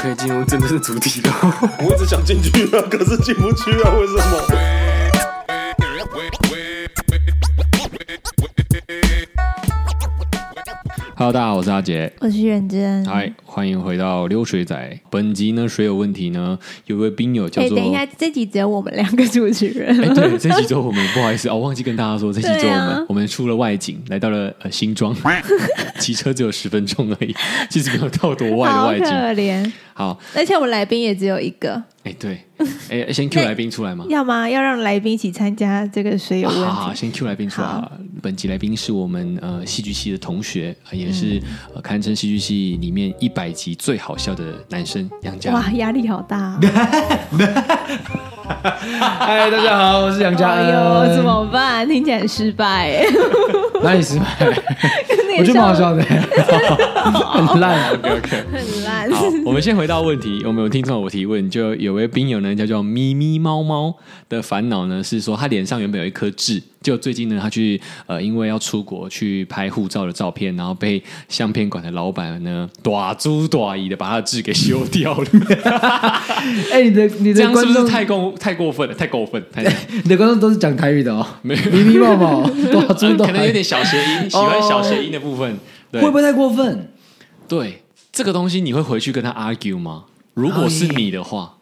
可以进入真正的主题了。我一直想进去啊，可是进不去啊，为什么？ Hello，大家好，我是阿杰。我是远真。嗨，欢迎回到溜水仔。本集呢，水有问题呢，有一位兵友叫哎、做……等一下，这集只有我们两个主持哎 人。对，这几周我们不好意思哦，忘记跟大家说，这几周对我啊们、我们出了外景，来到了呃新 庄，骑车只有十分钟而已，其实没有到多外的好外景。可怜，好，而且我们来宾也只有一个，哎对，哎先 Q 那来宾出来吗？要吗？要让来宾一起参加这个谁有问好题？好好，先 Q 来宾出来好了。本集来宾是我们呃戏剧系的同学，呃也嗯是、呃堪称戏剧系里面一百集最好笑的男生杨家。哇，压力好大、 啊！嗨，大家好，我是杨家哎恩。呦，怎么办？听起来很失 败、欸。哪里失败？那我个觉得蛮好笑笑的，很烂。很烂。 好，嗯我们先回到问题，我们有听众有提问，就有位兵友呢叫做咪咪猫猫的烦恼呢是说他脸上原本有一颗痣，就最近呢他去呃因为要出国去拍护照的照片，然后被相片馆的老板呢短猪短姨的把他的痣给修掉了，哎，你的你这的样是观不是众，太过太过分了？太过分，太 你的观众都是讲台语的哦，没有。迷迷冒冒，哦啊多少猪嗯都可能有点小谐音，喜欢小谐音的部分。对哎哦会不会太过分？对这个东西，你会回去跟他 argue 吗？如果是你的哦话，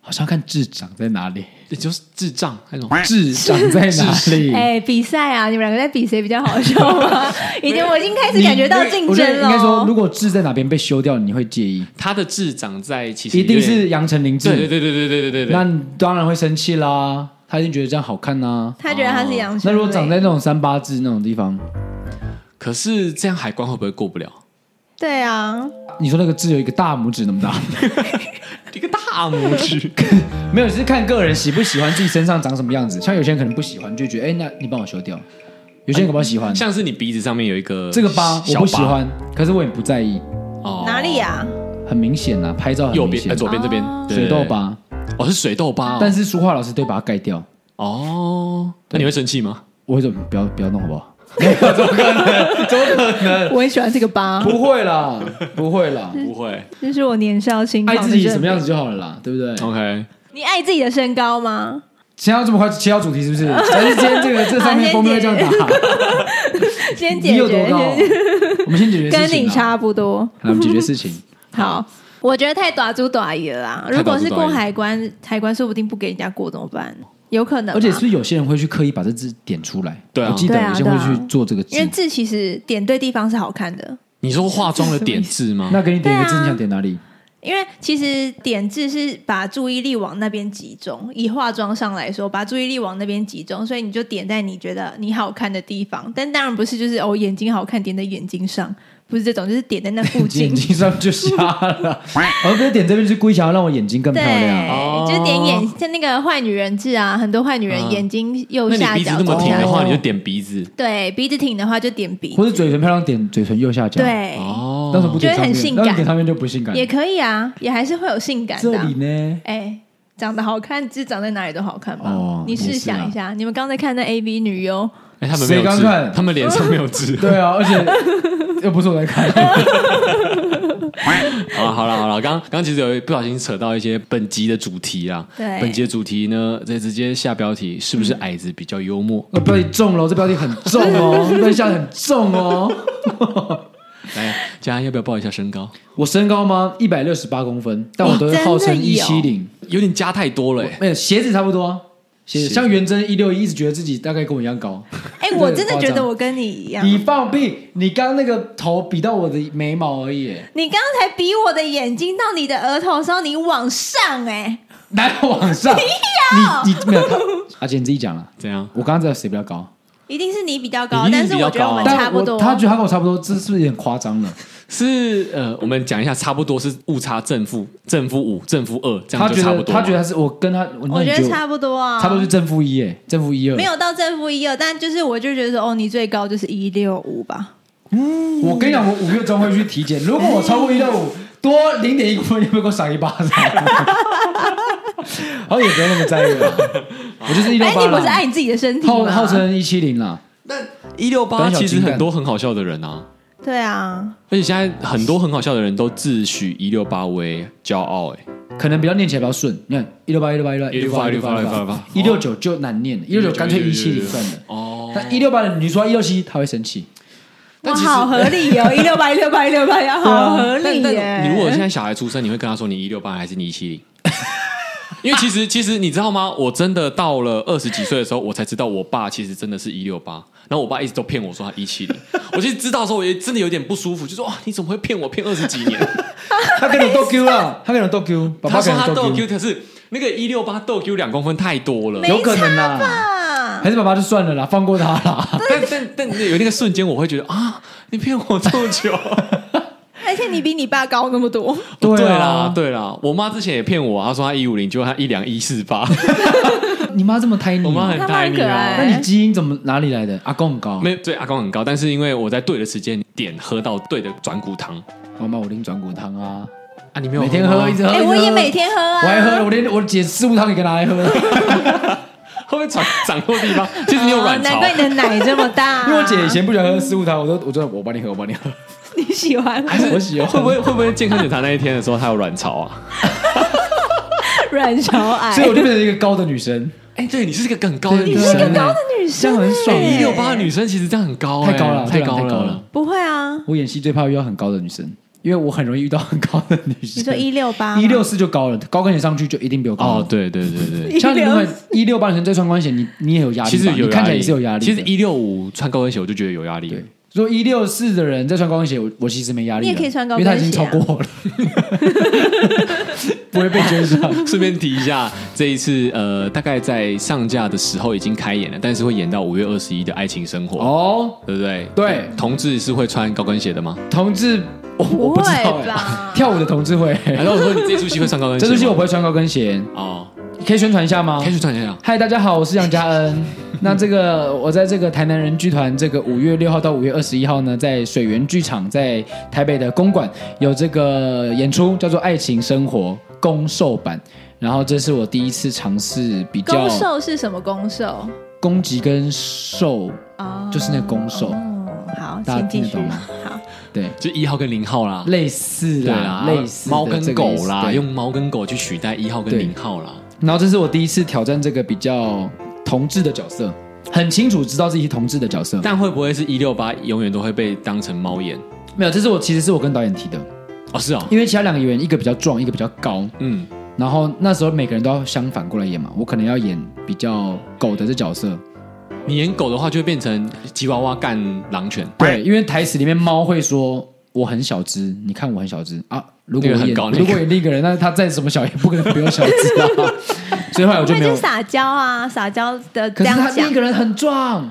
好像看智长在哪里，也就是智障那种。智长在哪里？哎、比赛啊！你们两个在比谁比较好笑吗？ 已经，我已经开始感觉到竞我觉得争了。哦应该说，如果智在哪边被修掉，你会介意？他的痣长在其实一定有点是杨丞琳对对智，对对对对对对对。那你当然会生气啦。他一定觉得这样好看呐。他觉得他是杨丞那琳如果长在那种三八痣那种地方，可是这样海关会不会过不 了？对啊，你说那个痣有一个大拇指那么大？一个大拇指，没有，是看个人喜不喜欢自己身上长什么样子。像有些人可能不喜欢，就觉得哎、那你帮我修掉。有些人可能喜欢，哎像是你鼻子上面有一个这个疤我小不喜欢，可是我也不在意，哦哪里？呀、很明显呐、拍照很右明边，显呃，，左边这边哦水痘，疤。对对对哦，是水痘疤哦。但是书画老师都会把它盖掉，哦，那你会生气吗？我会说嗯不要不要弄好 不好？我很喜欢这个疤，呃不会啦，不会啦，嗯不会这是我年少轻狂爱的自己证什么样明子就好了啦，对不对？ ，OK。你爱自己的身高 吗？先要这么快切到主题是不是？还是今天这个这上面封面会这样 打？先解你有多决，高？我们先解决事跟情你啦。差不多。来，我们解决事情。好，我觉得太短租短移了啦。太如果短租短移是过海关，海关说不定不给人家过怎么办？有可能吧，啊而且是不是有些人会去刻意把这字点出来？对啊我记得对啊啊有些人会去做这个字因。为字其实点对地方是好看的，你说化妆的点痣吗？那给你点一个字，对啊你想点哪里？因为其实点痣是把注意力往那边集中，以化妆上来说，把注意力往那边集中，所以你就点在你觉得你好看的地方。但当然不是就是哦眼睛好看点在眼睛上，不是这种，就是点在那附近 眼。睛上就瞎了，而不是点这边是故意想要让我眼睛更漂对，亮。就是点眼，像那个坏女人痣啊，很多坏女人嗯眼睛右那你下鼻子角那么左挺下的角哦话，你就点鼻子对，鼻子挺的话就点鼻，或者嘴唇漂亮，点嘴唇右下角。，对，哦。但是不点上面，就会很性那感你点上面就不性感。也可以啊，也还是会有性感的这啊、里呢？哎，长得好看，痣长在哪里都好看吧？哦你试想一下，你们刚才看那 A V 女优，哎，他们没有谁刚痣，看他们脸上没有痣。 对啊，而且又不是我在 看，好 了好了好了，刚刚刚其实有不小心扯到一些本集的主题啦。对嗯本集的主题呢，这直接下标题是不是矮子比较幽默？那标题重了，这标题很重 哦，这标题下得很重哦。来，佳安要不要报一下身高？我身高吗？一百六十八公分，但我都你会真的号称一有七零。有点加太多了、欸，没有鞋子差不多啊，鞋鞋子子像元真一六一，一直觉得自己大概跟我一样高。哎，对我真的夸张觉得我跟你一样，你放屁！你刚那个头比到我的眉毛而已耶，你刚才比我的眼睛到你的额头的时候，你往上哎、哪有往 上？你你没有啊他，而且你自己讲了，怎样？我刚刚知道谁比较高，一定是你比较高，你一定但是是比较我觉得我们高啊哦差但不我多。他觉得他跟我差不多，这是不是有点夸张了？是呃，我们讲一下，差不多是误差正负，正负五，正负二，这他样就觉差不得多。他觉得他是我跟他，我我那觉你得我差不多啊，差不多是正负一耶，正负一二。 没，有到正负一二，但就是我就觉得说，哦，你最高就是一六五吧。我跟你讲，我五月中会去体检，如果我超过一到五，多零点一公分，你会不会给我赏一巴掌？好，也不用那么在意了，我就是一六哎，八。你不是爱你自己的身体号吗？号称一七零啦，一六八，胆小其实精干很多很好笑的人啊，对啊，而且现在很多很好笑的人都自诩一六八为骄傲、欸，哎，可能比较念起来比较顺。你看一六八一六八一六168一六九就难念了，一六九干脆一七零算了。哦，但一六八的你说一六七，他会生气。哇，好合理呃哦，一六八一六八一六啊八，好合理但但你如耶。果现在小孩出生，你会跟他说你一六八还是你一七零？ 因为其实其实你知道吗？我真的到了二十几岁的时候，我才知道我爸其实真的是一六八，然后我爸一直都骗我说他一七零。 我其实知道的时候，我也真的有点不舒服，就说哇，你怎么会骗我骗二十几 年？他可能都 Q 了，他可能都 Q，爸他爸说可他能逗都 Q， Q，可是那个一六八逗 Q 两公分太多了。有可能啦。啊还是爸爸就算了啦，放过他啦。但但但有那个瞬间，我会觉得啊，你骗我这么久。而且你比你爸高那 么多， 啊对啦啦，，对啦，我妈之前也骗我，她说她一五零，结果她一两一四 八，你妈这么胎你，我妈很他妈呆很你可啊。那爱。你基因怎么哪里来的？阿公很高，没有，对阿公很高，但是因为我在对的时间点喝到对的转骨汤妈妈我拎转骨汤啊，啊，你没有每天喝一直喝，哎、一直喝我也每，天喝我啊，还喝，我连我姐四物汤也跟她 来喝，会不会长长过地 方？其实你有哦卵难巢，怪你的奶这么大、啊因为我姐以前不喜欢喝四物汤，我都我就我帮你喝，我帮你喝， 你喜欢还是我喜 欢，会不会会不会健康检查那一天的时候她有卵 巢啊？ 卵巢癌，所以我就变成一个高的女生，哎，对你是个很高的女对你是生个真的高的女这生、样欸，很爽一六八的女生其实这样很高，哎太高了太对啊高太高了了。不会啊？我演戏最怕遇到很高的女生，因为我很容易遇到很高的女生。你说一六八，一六四就高了，高跟鞋上去就一定比我高。哦，，对对对对。像你168们一六八女生再穿高跟鞋，你你也有压力吧，其实有你看压起来力，也是有压力的。其实一六五穿高跟鞋，我就觉得有压力对。，说一六四的人再穿高跟鞋，我我其实没压力的，你也可以穿高跟因鞋啊为他已经超过我了， 不会被追上。 顺便提一下，这一次呃，大概在上架的时候已经开演了，但是会演到五月二十一的《爱情生活》哦，对不对？对同志是会穿高跟鞋的 吗？同志，我我不不知会道吧哎，跳舞的同 志会，难道我哎说你这出戏会穿高跟鞋这吗？出戏我不会穿高跟鞋，哦，可以宣传一下吗可？以去穿一下。嗨，大家好，我是杨 佳恩。那这个我在这个台南人剧团，这个五月六号到五月二十一号呢，在水源剧场，在台北的公馆有这个演出，叫做《爱情生活》公售版。然后这是我第一次尝试比较攻受是什么攻受攻击跟受，啊？就是那个攻受，哦，好，大家听请继得续懂吗。好，对，就一号跟零号啦，类似哦对啦啦，，类似的猫跟这个狗意思啦，对用猫跟狗去取代一号跟零号啦。然后这是我第一次挑战这个比较同志的角色，很清楚知道自己是同志的角色。但会不会是一六八永远都会被当成猫眼？没有，这是我其实是我跟导演提的，哦，是哦，因为其他两个演员一个比较壮，一个比较高，嗯，然后那时候每个人都要相反过来演嘛，我可能要演比较狗的这角色，你演狗的话就会变成吉娃娃干狼犬，对，因为台词里面猫会说我很小只，你看我很小只啊。如果我那个很演高那个如果演另一个人，那他再怎么小也不可能比我小只啊。 所以后来我就那没有就。撒娇啊，撒娇的这可是样他讲另一。个人很壮，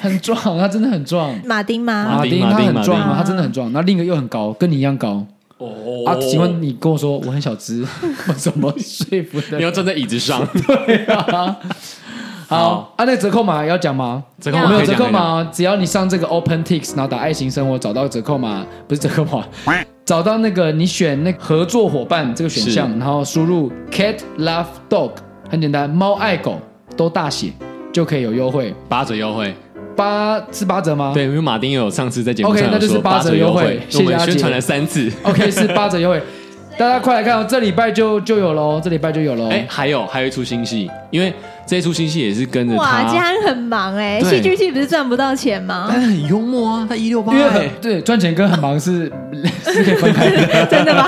很壮，他真的很壮。马丁啊吗？马丁他很马丁壮马啊，丁他真的很壮。然后另一个又很高，跟你一样高哦啊。请问你跟我说我很小只， 我怎么说服你的？要站在椅子 上？好啊，那折扣码要讲吗？折扣我码们可有以折讲扣码哦，只要你上这个 OpenTix，然后打“爱情生活”，找到折扣码，不是折扣码，找到那个你选那个合作伙伴这个选项，然后输入 Cat Love Dog，很简单，猫爱狗都大写就可以有优惠，八折优惠，八是八折吗？对，因为马丁有上次在节目 OK，上那有就是说八折折优惠惠，我谢谢们阿宣杰传了三次。 ，OK 是八折优惠，大家快来看哦，这礼拜就就有喽，这礼拜就有喽。哎，还有还有一出新戏，因为这一出新戏也是跟着哇，他，家人很忙哎，对戏剧系不是赚不到钱 吗？但是很幽默啊，他一六八因为很对赚钱跟很忙是 是可以分开的，真的吗？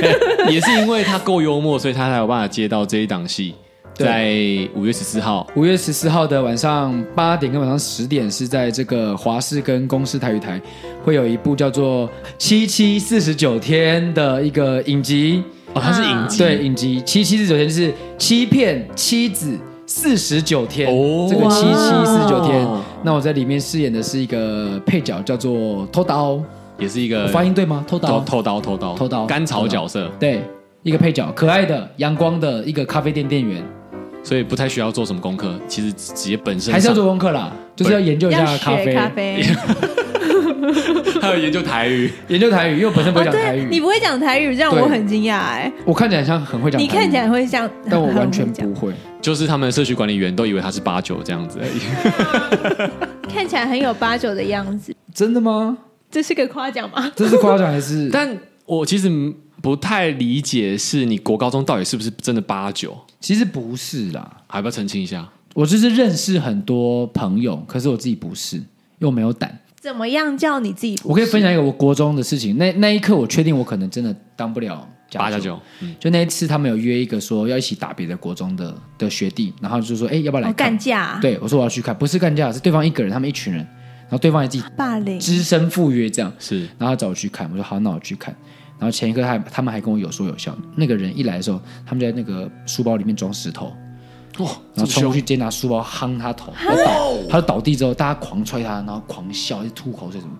也是因为他够幽默，所以他才有办法接到这一档戏，对在五月十四号。 五月十四号的晚上八点跟晚上十点是在这个华视跟公视台语台会有一部叫做《七七四十九天》的一个影集，啊哦，他是影集，对影集《七七四十九天》是欺骗妻子四十九天，哦这个七七四十九天哇。那我在里面饰演的是一个配角，叫做偷刀，也是一个我发音对吗？偷刀偷，偷刀偷刀偷刀甘草偷刀角色，对，一个配角，可爱的、阳光的一个咖啡店店员，所以不太需要做什么功课，其实直接本身还是上要做功课啦，就是要研究一要下咖学啡，咖啡 还有研究台语，研究台语，因为我本身不哦， 会讲台对，你语，不会讲台语，让对我很惊讶哎。我看起来像很会讲，你看起来。会像，但我完 全很不会会，就是他们的社区管理员都以为他是八九这样子而已。讲看起来很有八九的样子。真的吗？这是个夸奖吗？这是夸奖还是？ 但我其实不太理解，是你国高中到底是不是真的八九？其实不是啦，还要不要澄清一下？我就是认识很多朋友，可是我自己不是，又没有胆。怎么样叫你自己不是？我可以分享一个我国中的事情，那那一刻我确定我可能真的当不了八加九，就那一次，他们有约一个说要一起打别的国中的的学弟，然后就说，哎、要不要来哦看干？架啊、对，我说我要去看，不是干架，是对方一个人，他们一群人，然后对方也自己霸凌，只身赴约这样，是然后他找我去看，我说好，那我去看。然后前一刻还他们还跟我有说有笑，那个人一来的时候，他们就在那个书包里面装石头，哇，哦这么然后冲过凶去直接拿书包夯他头，他倒，他就倒地之后，大家狂踹他，然后狂笑，一直吐口水什么。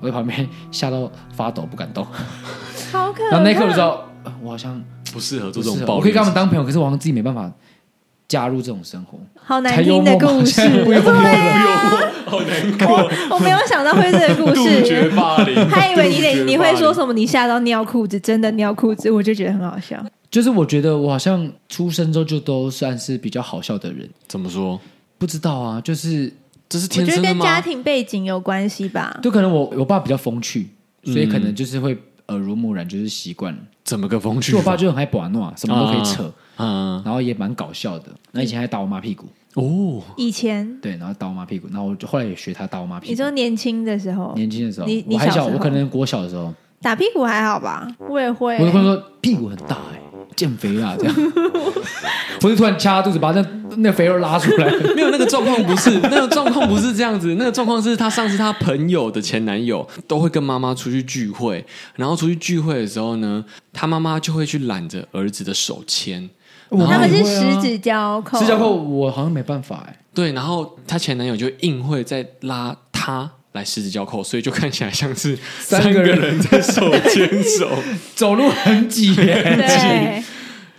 我在旁边吓到发抖，不敢动。好可怕。然后那一刻我知道，呃我好像不啊适合不做这是种我暴可以力跟。他们当朋友，可是我好像自己没办法加入这种生活。好难听的故事，才幽默吧对啊，我我没有想到会是这个故杜绝事，霸凌，还以为你杜绝霸得凌你会说什么，你吓到尿裤子，真的尿裤子，我就觉得很好笑。就是我觉得我好像出生之后就都算是比较好笑的人，怎么说？不知道啊，就是这是我天觉得生的跟家吗？庭背景有关系吧。就可能我我爸比较风趣，所以可能就是会呃耳濡目染，就是习惯了。怎么个风就趣我爸法？就很爱把诺，啊什么都可以扯，嗯，然后也蛮搞笑的。那以前还打我妈屁股，哦，以前对，然后打我妈屁股，然后我就后来也学他打我妈屁你股。说年轻的时候年轻的时候，你你我还小时小，候我可能国小的时候，打屁股还好吧？我也会我，就会说屁股很大哎、减肥啊这样，不是突然掐肚子把那那肥肉拉出 来， 没有那个状况不是，那个状况不是这样子，那个状况是她上次她朋友的前男友都会跟妈妈出去聚会，然后出去聚会的时候呢，她妈妈就会去揽着儿子的手牵，我他妈们也是会啊十指交扣，私教课我好像没办法哎、对，然后她前男友就硬会再拉她来十指交扣，所以就看起来像是三三个个人人在手牵 手，走路很挤耶、对。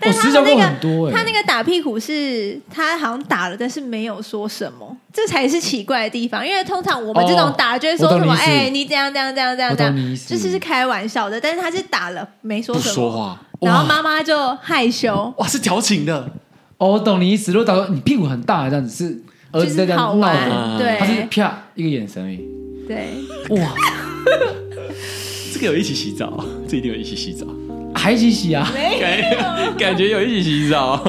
但我他私的教那课个很多哎、他那个打屁股是他好像打了，但是没有说什么，这才是奇怪的地方。因为通常我们这种打就会说哦我什懂么你意：“思哎、你怎样怎样怎样怎样我怎懂你意样。”思就是是开玩笑的，但是他是打了没说不什么，说话，然后哇妈妈就害羞，哇是调情的，哦，我懂你意思。如果打说你屁股很大这样子，是儿就呃子在这是好样闹的，啊玩，他是对啪一个眼神而已。对。哇，这个有一起洗澡，这一定有一起洗澡，还一起洗啊？感感觉有一起洗澡。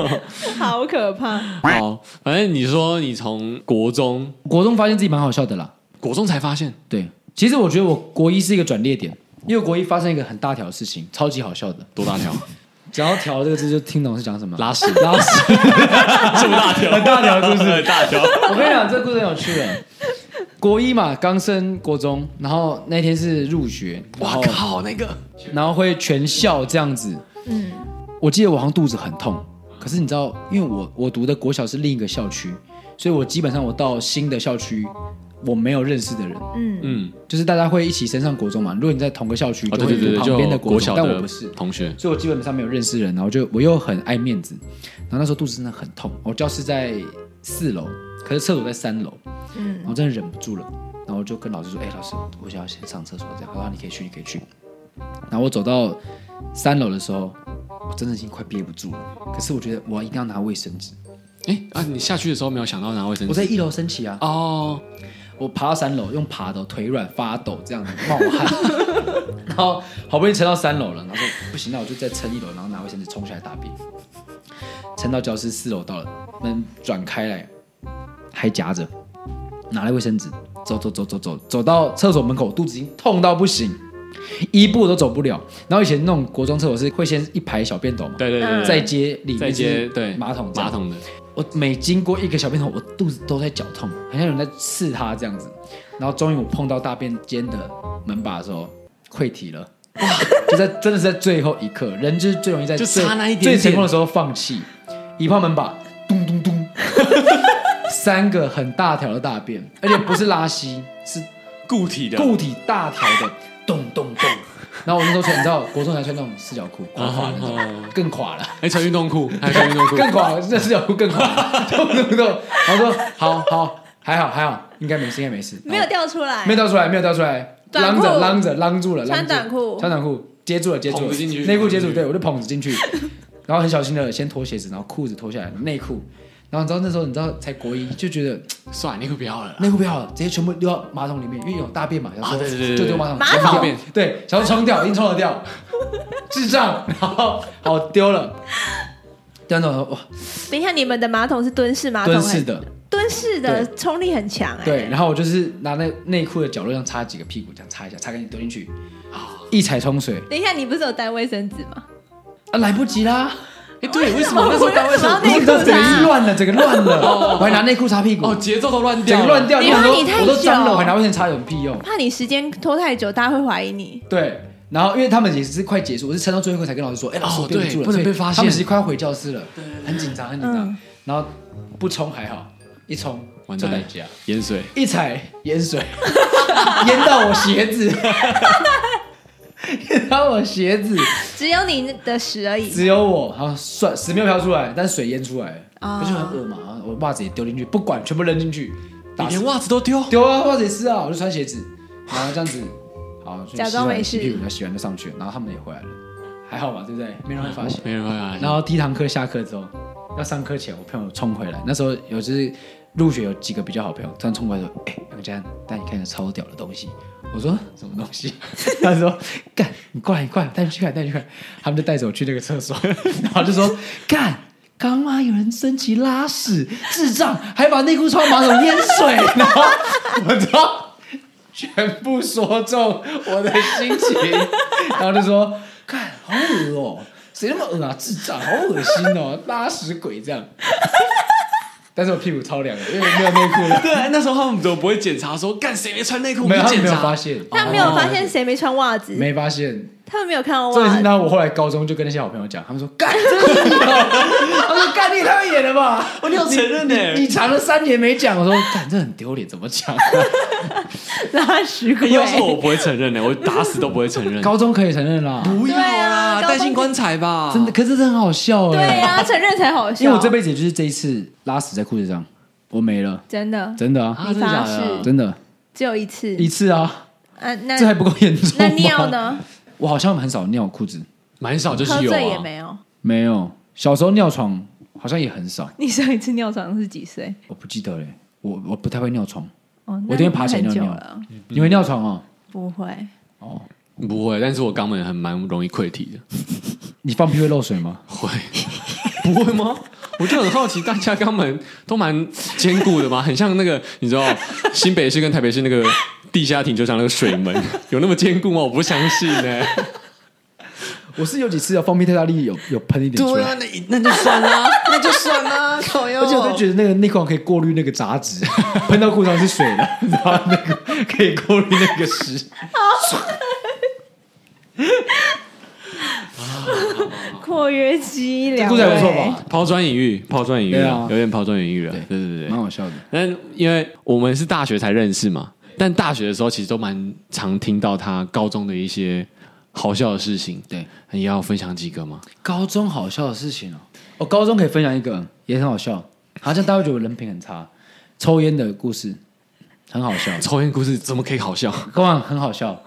好可怕！好，反正你说你从国中，国中发现自己蛮好笑的啦。国中才发现，对，其实我觉得我国一是一个转捩点，因为国一发生一个很大条的事情，超级好笑的。多大 条？只要调这个字就听懂是讲什么。拉屎， 拉屎，这么大条，很大条故事，很大条。我跟你讲，这个故事很有趣的。国一嘛，刚升国中，然后那天是入学，然哇后靠，那个然后会全校这样子。嗯，我记得我好像肚子很痛，可是你知道，因为我我读的国小是另一个校区，所以我基本上我到新的校区，我没有认识的人，嗯，就是大家会一起升上国中嘛。如果你在同个校区，哦对就会对对读对，旁边就的国国中，小但我的不是，同学，所以我基本上没有认识人，然后就我又很爱面子，然后那时候肚子真的很痛，我教室在四楼，可是厕所在三楼，嗯，然后真的忍不住了，然后就跟老师说，哎、老师，我想要先上厕所，这样，他说你可以去，你可以去。然后我走到三楼的时候，我真的已经快憋不住了，可是我觉得我一定要拿卫生纸，哎啊，你下去的时候没有想到拿卫生我纸在一楼升旗啊，哦，我爬到三楼，用爬的，腿软发抖，这样子冒汗，然后好不容易撑到三楼了，然后说不行，那我就再撑一楼，然后拿卫生纸冲下来大便，撑到教室四楼到了，门转开来，还夹着，拿来卫生纸，走走走走走，走到厕所门口，肚子已经痛到不行，一步都走不了。然后以前那种国中厕所是会先一排小便斗嘛，对对嗯对，再接里面再就是接对马桶这样马桶的，我每经过一个小便桶，我肚子都在绞痛，好像有人在刺它这样子。然后终于我碰到大便间的门把的时候，溃体了。哇！就在真的是在最后一刻，人就是最容易在就最差那一点最点成功的时候放弃。一碰门把，咚 咚咚，三个很大条的大便，而且不是拉稀，是固体的，固体大条的，咚咚 咚。然后我那时候穿，你知道，国中还穿那种四角裤，嗯垮垮的那种，更垮了。哎，穿运动裤，还穿运动裤，更垮，这是有更垮，动不动不动。然后说好好，还好还好，应该没事，应该没事。没有掉出来，然后哦没有掉出来，没有掉出来，短啷裤着啷着啷住了，穿啷住了短裤穿短裤接住了接住捧了着进去内裤捧着接住，进去对我就捧着进去，然后很小心的先脱鞋子，然后裤子脱下来，内裤。然后你知道那时候你知道才国一就觉得算了，内裤不要了啦。内裤不要了，直接全部丢到马桶里面，因为有大便嘛，然后啊对对对对就丢马桶，马冲掉桶对，想要冲掉，硬冲得掉，智障，然后好丢了，丢那种哇，等一下，你们的马桶是蹲式马桶蹲还式是？的，蹲式的冲力很强哎、对，然后我就是拿那内裤的角落上擦几个屁股，这样擦一下，擦干净丢进去，哦一踩冲水等一下，你不是有带卫生纸吗？啊，来不及啦，哎，对，为什么我那时候单位为什么要内裤整个擦乱了，整个乱了，我还拿内裤擦屁股哦，，节奏都乱整掉个了，乱掉，你因为我怕你太都我都脏了，久我还拿卫生擦有屁用？怕你时间拖太久，大家会怀疑你。对，然后因为他们也是快结束，我是撑到最后一刻才跟老师说，哎、老师哦我憋对住了，不能所以被发现他们其实快要回教室了，很紧张，很紧张。然后不冲还好，一冲完就蛋代价，盐水，一踩淹水，淹到我鞋子，淹到我鞋子，只有你的屎而已。只有我，然后算屎没有飘出来，但是水淹出来了，啊我就很恶嘛，然后我袜子也丢进去，不管全部扔进去，你打连袜子都丢，丢啊，袜子也是啊，我就穿鞋子，然后这样子，好，假装没事洗屁股，洗完就上去了，然后他们也回来了，还好吧，对不对？没人会发现。没人会啊。然后第一堂课下课之后，要上课前，我朋友冲回来，那时候有就是入学有几个比较好朋友，突然冲过来说：“哎、杨佳，带你看一个超屌的东西。”我说：“什么东西？”他说：“干，你过来，你过来，带你去看，带你去看。”他们就带着我去那个厕所，然后就说：“干。”刚妈有人升旗拉屎，智障还把内裤穿马桶淹水，然后我知道全部说中我的心情，然后就说：“ 看，好恶哦、谁那么恶啊？智障，好恶心哦、 拉屎鬼这样。” 但是我屁股超凉的，因为没有内 裤了，对，那时候他们怎么不会检查说干谁没穿内裤？没有，他们检没有查发现，他们没有发现谁没穿袜子，哦没发现。他们没有看到这袜是子。呢，我后来高中就跟那些好朋友讲，他们说：“干，真的是你哦、 他说：“干，你也太演 了吧？”哦你有承认呢你你藏了三年没讲，我说：“干，这很丢脸，怎么 讲、啊？”拉屎哎鬼，要是我不会承认的，我打死都不会承认。高中可以承认啦，不要对啦，啊高中带进棺材吧。真的，，可是这很好笑哎、对啊呀、承认才好笑。因为我这辈子也就是这一次拉屎在裤子上，我没了，真的真的啊，你发真的假的誓真的只有一次，一次啊，啊，那这还不够严重。那尿？呢？我好像很少尿裤子，蛮少就是喝有醉也啊。没有。没有。小时候尿床好像也很少，你上一次尿床是几岁？我不记得嘞，我我不太会尿床，哦，那我今天爬起来很尿久尿了，你会尿床哦？不会。哦，不会，但是我肛门很蛮容易溃体的。你放屁会漏水吗？会， 不会吗？我就很好奇，大家肛门都蛮坚固的 吗？很像那个，你知道新北市跟台北市那个地下停车场那个水门， 有那么坚固吗？我不相信呢、 我是有几次要啊放屁太大力，有有喷一点出来，那啊那就算 啦，那就算啦，靠而且我就觉得那个内裤好像可以过滤那个杂质，喷到裤上是水了，然后那个可以过滤那个屎。括约肌疗，哎裤子还不错吧？？抛砖引玉，抛砖引玉对啊嗯了，有点抛砖引玉了。对对对蛮，好笑的。但因为我们是大学才认识嘛，但大学的时候其实都蛮常听到他高中的一些好笑的事情。对，你要分享几个吗？高中好笑的事情哦，我、高中可以分享一个，也很好笑，好像大家会觉得我人品很差，抽烟的故事很好笑，抽烟故事怎么可以好笑？各位很好笑。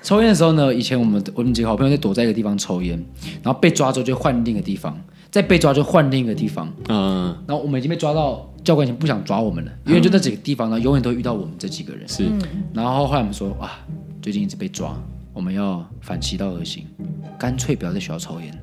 抽烟的时候呢，以前我们我们几个好朋友就躲在一个地方抽烟，然后被抓之后就换另一个地方，再被抓就换另一个地方，嗯，然后我们已经被抓到教官已经不想抓我们了，因为就那几个地方呢，永远都会遇到我们这几个人。是。然后后来我们说，哇，最近一直被抓，我们要反其道而行，干脆不要在学校抽烟，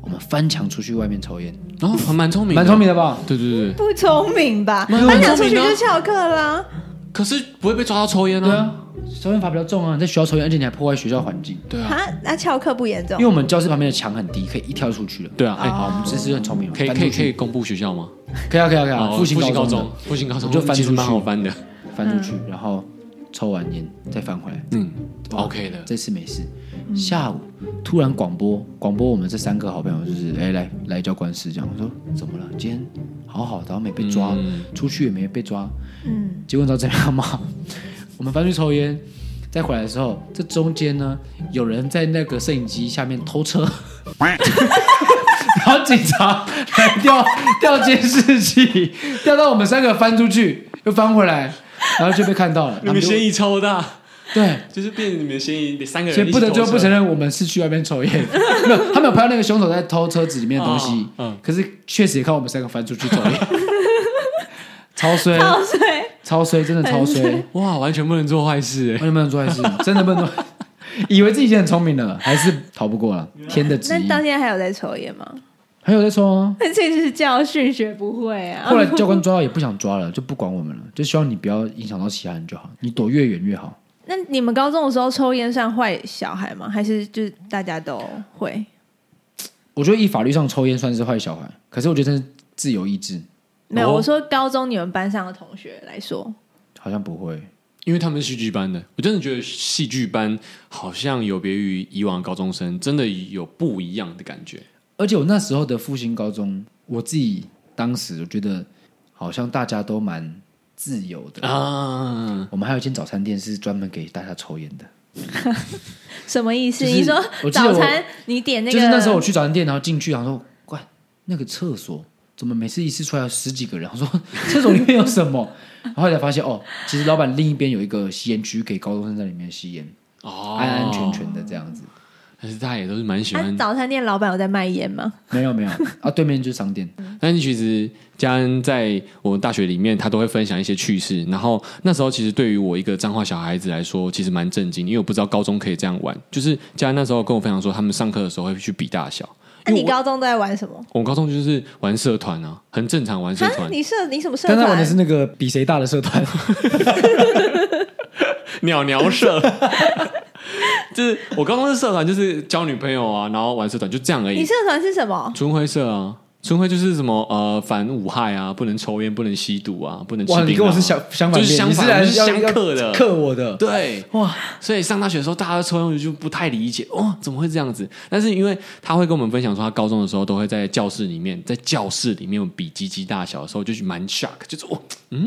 我们翻墙出去外面抽烟，嗯然后还蛮聪明，蛮聪明。的吧？对对对，不聪明吧？没有他想出去很聪明啊就翘课啦。可是不会被抓到抽烟对啊，抽烟罚比较重啊，你在学校抽烟，而且你还破坏学校环境，对啊，啊，那翘课不严重因为？我们教室旁边的墙很低，可以一跳出去了。对啊，哎、好，我们这次就很聪明了，可以翻可出以可以去，公布学校吗？可以啊，可以啊，可以啊，哦复兴高高嗯中的，，复兴高中我就翻其实出去蛮好翻的，翻出去，然后抽完烟再翻回来。嗯，OK 的。啊这次没事。下午突然广播，广播我们这三个好朋友就是，哎、来来教官室这样。我说怎么了？今天好好的，然后没被抓，嗯出去也没被抓。嗯，结果你知道怎样吗？ 我们翻去抽烟，再回来的时候，这中间呢，有人在那个摄影机下面偷车， 然后警察 来调调监视器，调到我们三个翻出去，又翻回来，然后就被看到了。你他们就嫌疑超大，对，就是变成你们嫌疑得三个 人，所以不得就不承。认我们是去外面抽烟，没哦有，他们有拍到那个凶手在偷车子里面的东西，嗯嗯 可是确实也看我们三个翻出去抽烟，超衰，泡水。超衰，真的超衰，哦很衰哇，完全不能做坏事欸完全不能做坏 事，真的不能做。以为自己已经很聪明了，还是逃不过了天的旨那意。到现在还有在抽烟吗？还有在抽啊，那这就是教训学不会啊。后来教官抓到也不想抓了，就不管我们了，就希望你不要影响到其他人就好，你躲越远越好。那你们高中的时候抽烟算坏小孩吗？还是就是大家都会？我觉得以法律上抽烟算是坏小孩，可是我觉得真是自由意志，没有，哦我说高中你们班上的同学来说，好像不会。因为他们是戏剧班的，我真的觉得戏剧班好像有别于以往的高中生，真的有不一样的感觉。而且我那时候的复兴高中，我自己当时我觉得好像大家都蛮自由的。啊，我们还有一间早餐店是专门给大家抽烟的，什么意思？就是你说我记得早我餐你点那个？就是那时候我去早餐店，然后进去，然后说：“怪那个厕所怎么每次一次出来有十几个人？”然后说：“ 厕所里面有什么？”然后后来才发现哦，其实老板另一边有一个吸烟区，给高中生在里面吸烟，哦，安安全全的这样子。但是大家也都是蛮喜啊欢。早餐店老板有在卖烟吗？没有没有啊，对面就是 商店。但是其实嘉恩在我大学里面，他都会分享一些趣事。然后那时候其实对于我一个彰化小孩子来说，其实蛮震惊，因为我不知道高中可以这样玩。就是嘉恩那时候跟我分享说，他们上课的时候会去比大小。那、因为啊你我高中都在玩什么？我高中就是玩社团啊，很正常玩社啊，团。你社你什么社刚才玩团的？是那个比谁大的社团， 鸟鸟社，就是我高中是社团，就是交女朋友啊，然后玩社团，就这样而你已。社团是什么？纯灰社啊，纯灰就是什么呃反五害啊，不能抽烟，不能吸毒啊，不能吃槟哇，榔啊、你跟我是相相就反面，是相你是反，来我就是要相要克的。克我的。对，哇，所以上大学的时候，大家都抽烟，我就不太理解，哦，怎么会这样子？但是因为他会跟我们分享说，他高中的时候都会在教室里面，在教室里面比鸡鸡大小的时候，就是蛮 shock，就是哦，嗯，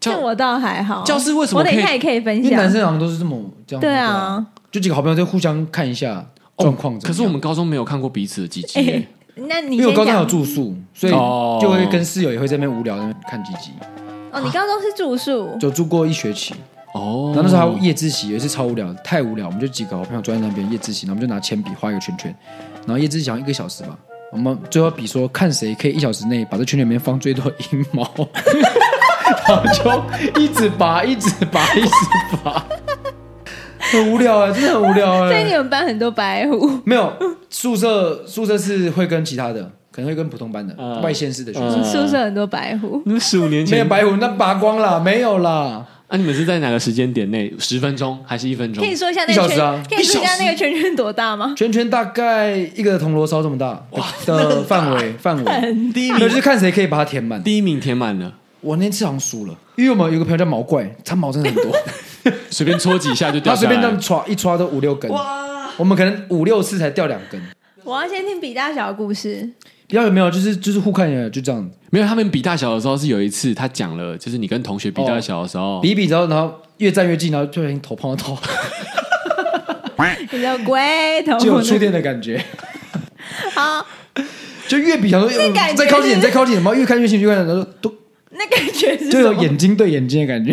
这教我倒还好。教室为什么我等一可以下也可以分因为享。男生好像都是这么这样。嗯对啊，就几个好朋友在互相看一下状况哦怎么样。可是我们高中没有看过彼此的鸡鸡、哎、耶那你因为我先高中还有讲。住宿，所以哦就会跟室友也会在那边无聊，在那边看几集，哦，你高中是住宿，就住过一学期。哦，然后那时候还有夜自习，有一次超无聊，太无聊，我们就几个好朋友坐在那边夜自习，然后我们就拿铅笔画一个圈圈，然后夜自习好像一个小时吧，我们最后比说看谁可以一小时内把这圈里面放最多阴 毛，然后就一直拔，一直拔，一直拔，很无聊啊、真的很无聊啊、所以你们班很多白虎。没有宿舍，宿舍是会跟其他的，可能会跟普通班的、嗯外县市的学生。嗯宿舍很多白虎，嗯那十五年没有前，白虎，那拔光了，没有啦。啊，你们是在哪个时间点内？十分钟还是一分钟可？以说一下那一小个时圈，啊可以说一下那个圈圈多大吗？圈圈大概一个铜锣烧这么大的范围范围，第一没有就是名，看谁可以把它填满。第一名填满了，我那次好像输了，因为我们有个朋友叫毛怪，他毛真的很多，随便戳几下就掉 他下随来便这了样。刷一刷都五六根，我们可能五六次才掉两根。我要先听比大小的故事。比较有没有就是就是互看一眼就这样没有，他们比大小的时候是有一次，他讲了，就是你跟同学比大小的时候，比一比之后，然后越站越近，然后就不小心头碰到头，比较龟头就有触电的感觉。好，就越比想说这感觉再靠近是点，再靠近点，然后越看越近，越看越近，然后都那感觉是就什有么？眼睛对眼睛的感觉。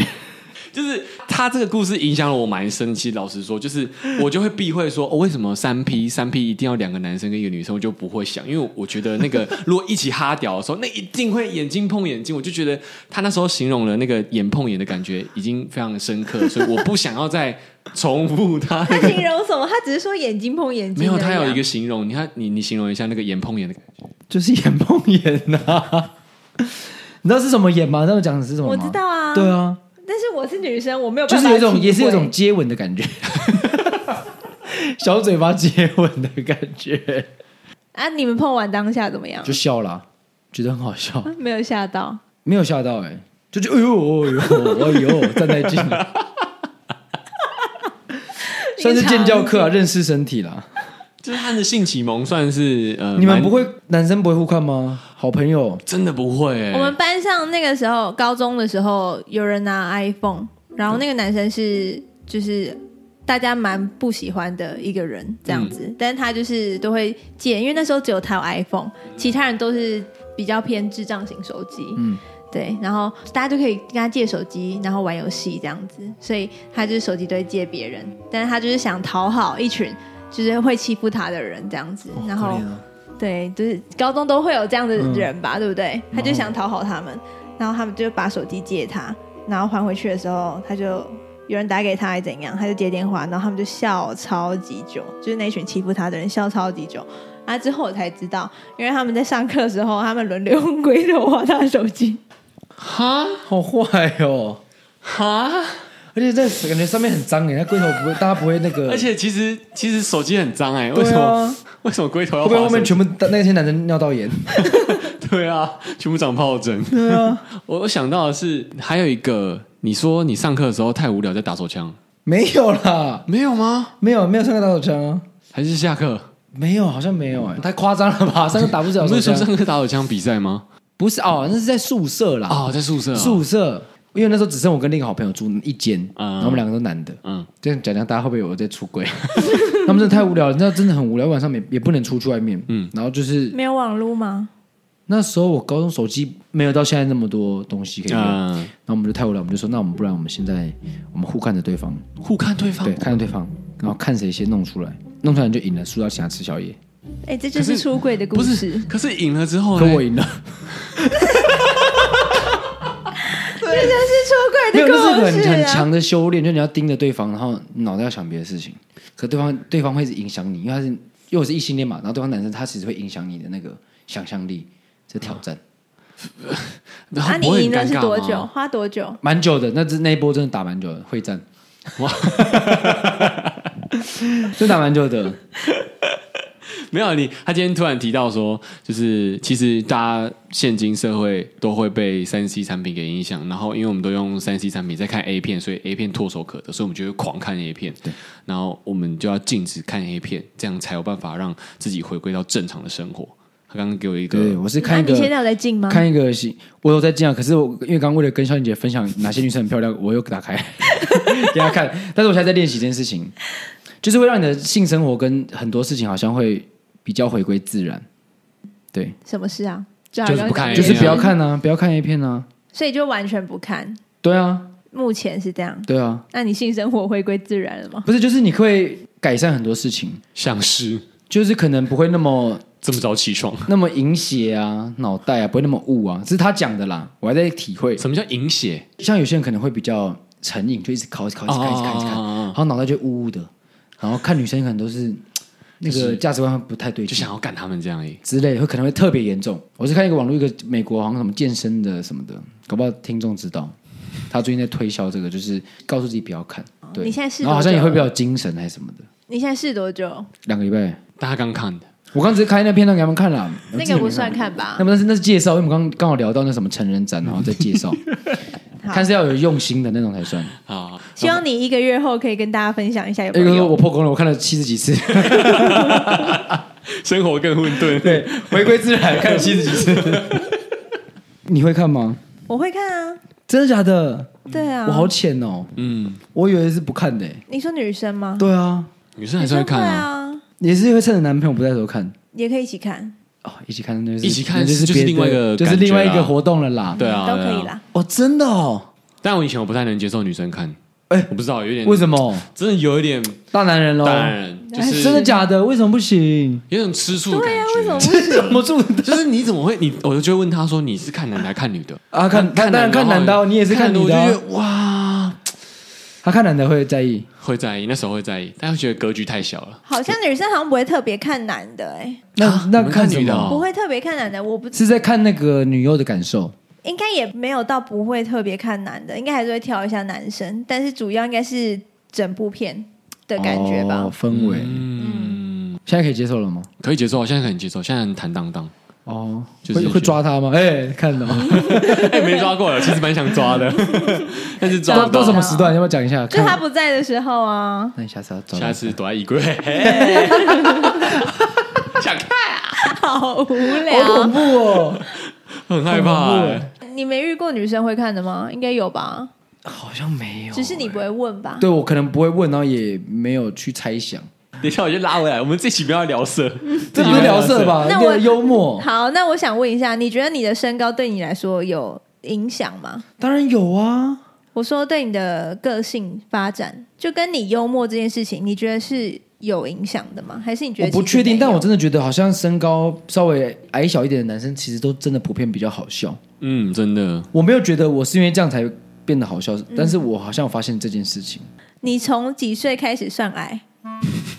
就是他这个故事影响了我蛮深。其实老实说，就是我就会避讳说，哦，为什么三 P 三 P 一定要两个男生跟一个女生，我就不会想，因为我觉得那个如果一起哈屌的时候，那一定会眼睛碰眼睛。我就觉得他那时候形容了那个眼碰眼的感觉已经非常深刻，所以我不想要再重复他那他个。 形容什么？他只是说眼睛碰眼睛没而已啊。有，他有一个形容，你看你你形容一下那个眼碰眼的感觉。就是眼碰眼呐、 你知道是什么眼吗？他们讲的是什么吗？我知道啊对啊，但是我是女生，我没有就办是法有一种体会也是有一种接吻的感觉， 小嘴巴接吻的感觉，啊。你们碰完当下怎么样啊就？笑啦、觉得很好笑，没有吓到，没有吓到哎、就就哎呦哎呦哎呦，站太 近了，算是建教课啊，认识身体啦。就是他的性启蒙算是呃，你们蛮不会男生不会互看吗？好朋友真的不会、欸。我们班上那个时候，高中的时候，有人拿 iPhone，然后那个男生是就是大家蛮不喜欢的一个人这样子，但是他就是都会借，因为那时候只有他有 iPhone，其他人都是比较偏智障型手机，嗯嗯。对，然后大家就可以跟他借手机，然后玩游戏这样子，所以他就是手机都会借别人，但是他就是想讨好一群就是会欺负他的人这样子，然后可怜啊嗯对，就是高中都会有这样的人吧，对不对？他就想讨好他们，然后然后他们就把手机借他，然后还回去的时候，他就有人打给他还是怎样，他就接电话，然后他们就笑超级久，就是那群欺负他的人笑超级久。啊！之后我才知道，因为他们在上课的时候，他们轮流用龟头划他的 手机。哈好坏哦。哈，而且这感觉上面很脏耶，欸它龟头不会，大家不会那个，而且其实其实手机很脏哎、为什嗯对么、啊为什么龟头要会不会划后面手全部那些男生尿道炎？对啊，全部长疱疹。对啊， 我想到的是还有一个，你说你上课的时候太无聊在打手枪，没有啦，没有吗？没有没有上过打手枪啊，还是下课？没有，好像没有哎、太夸张了吧？上个打不了你不手是说枪，上课打手枪比赛吗？不是哦，那是在宿舍啦，哦，在宿舍、哦。啊宿舍，因为那时候只剩我跟另一个好朋友住一间，嗯然后我们两个都男的，嗯，这样讲讲大家会不会有我在出轨？ 他们真的太无聊了，那真的很无聊，晚上没也不能出去外面，嗯嗯，然后就是没有网络吗？那时候我高中手机没有到现在那么多东西可以用，然嗯，后我们就太无聊，我们就说那我们不然我们现在我们互看着对方，互看对方对，。看着对方，然后看谁先弄出来，弄出来你就赢了，输到请他吃宵夜。哎、这就是出轨的故不事是，。可是赢了之后可呢？我赢了，这就是出没轨有，的故那是一个事、很啊。很强的修炼，就你要盯着对方，然后脑袋要想别的事情。可对方对方会是影响你，因为他是因为我是异性恋嘛，然后对方男生他其实会影响你的那个想象力，这挑战然后啊，你不会很赢了是尴尬多吗久？？花多久？蛮久的。那只那一波真的打蛮久的，会战，哇， 真打蛮久的。 没有啊你，他今天突然提到说，就是其实大家现今社会都会被三 C 产品给影响，然后因为我们都用三 C 产品在看 A 片，所以 A 片唾手可得，所以我们就会狂看 A 片。对，然后我们就要禁止看 A 片，这样才有办法让自己回归到正常的生活。他刚刚给我一对，个，我是看一啊、你现个。在有在进吗？看一个戏，我有在这样，可是我因为刚刚为了跟肖颖姐分享哪些女生很漂亮，我又打开 给她看，但是我现在在练习这件事情，就是会让你的性生活跟很多事情好像会比较回归自然，对，什么事啊？就就是不看 A 片就是不要啊，看啊，不要看 A 片啊。所以就完全不看。对啊，目前是这样。对啊，那你性生活回归自然了吗？不是，就是你会改善很多事情，像是就是可能不会那么这么早起床。那么淫邪啊，脑袋啊，不会那么雾啊，这是他讲的啦，我还在体 会。什么叫饮血？像有些人可能会比较成瘾，就一直靠，一直靠，一直看，一直看，一直看，哦哦哦哦然后脑袋就雾雾的，然后看女生可能都是那个价值观不太对就劲，想要干他们这样而已。之类的，会可能会特别严重。我是看一个网络，一个美国好像什么健身的什么的，搞不好听众知道，他最近在推销这个，就是告诉自己不要看。对，哦你现在试然后好多像也久会比较精神还是什么的。你现在试多久？两个礼拜，大家刚看的，我刚只是开那片段给他们看了，那个不算看吧那。么但是那是介绍，因为我们刚刚好聊到那什么成人展，然后再介 绍，看是要有用心的那种才算。啊希望你一个月后可以跟大家分享一下有没哎有哥，我用。破功了，我看了七十几次，生活更混沌。对，回归自然看了七十几次。你会看吗？我会看啊，真的假的？对啊。我好浅哦， 嗯，我以为是不看的欸。你说女生吗？对啊，女生还女是生会看啊。啊，也是会趁着男朋友不在的时候看也可以一起看，哦，一起看那就是一起看那就是就是别的另外一个就是感觉另外一个啦活动了啦。对啊，嗯都对啊可以啦。。哦，真的哦，但我以前我不太能接受女生看，哎我不知道，有点为什么真的有一点大男人嗯喽？当然就哎是真的假的？为什么不行？有点吃醋的感觉。对啊，为什么不怎么住的就是你怎么会你？我就问他说你是看男的还是看女的？啊？看看当然看男的哦，你也是看女的我就哦觉。得哇，他看男的会在意，会在意，那时候会在意，但会觉得格局太小了。好像女生好像不会特别看男的、欸，那啊那你们看什女的么？哦不会特别看男的，我不是在看那个女优的感受。应该也没有到不会特别看男的，应该还是会挑一下男生，但是主要应该是整部片的感觉吧。哦氛围，嗯，现在可以接受了吗？可以接受，现在可以接受，现在很坦荡 荡。哦，就是会有些会抓他吗？哎，看到嗯哎，没抓过了，其实蛮想抓的， 但是抓到不到到什。么时段？要不要讲一下？就他看，不在的时候啊，那你下次要找下次躲在 衣柜。想看，好无聊。很害怕欸。你没遇过女生会看的吗？应该有吧，好像没有，欸哎只是你不会问吧。对我可能不会问，然后也没有去猜想。等一下我就拉回来，我们这期不要聊色，这就是聊色吧，那一我个幽默，好，那我想问一下，你觉得你的身高对你来说有影响吗？当然有啊。我说对你的个性发展，就跟你幽默这件事情，你觉得是有影响的吗？还是你觉我得不其实确定，没有但我真的觉得好像身高稍微矮小一点的男生，其实都真的普遍比较好笑。嗯，真的，我没有觉得我是因为这样才变得好笑，嗯但是我好像有发现这件事情。你从几岁开始算矮？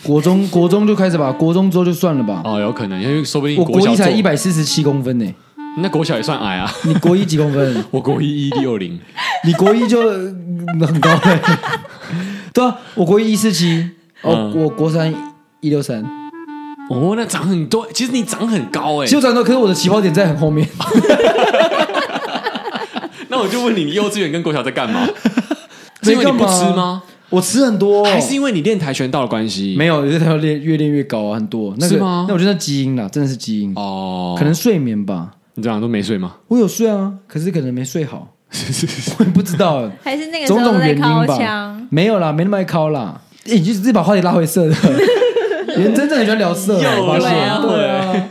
国中国中就开始吧，国中之后就算了吧。哦，有可能，因为说不定我国小一才做一，百四十七公分呢、那国小也算矮啊。 你国一几公分？我国一一六零，你国一就嗯很高了、 对啊，我国一一四七，哦，嗯我国三一六三，哦，那长很多，其实你长很高哎、其实我长得高，可是我的起跑点在很后面。啊那我就问你，你幼稚园跟国小在干 嘛？是没因为你干不嘛吃吗？我吃很多、还是因为你练跆拳道的关系？没有，就是要练越练越高啊，很多。那个是吗那我觉得那基因啦，真的是基因，哦，可能睡眠吧。你这样都没睡 吗？我有睡啊，可是可能没睡好， 我也不知道欸。还是那个时种候种都原在因靠吧枪？，没有啦，没那么爱靠啦。欸你就直接把话题拉回 色的，人真的很喜欢聊色，又我发来现了对啊。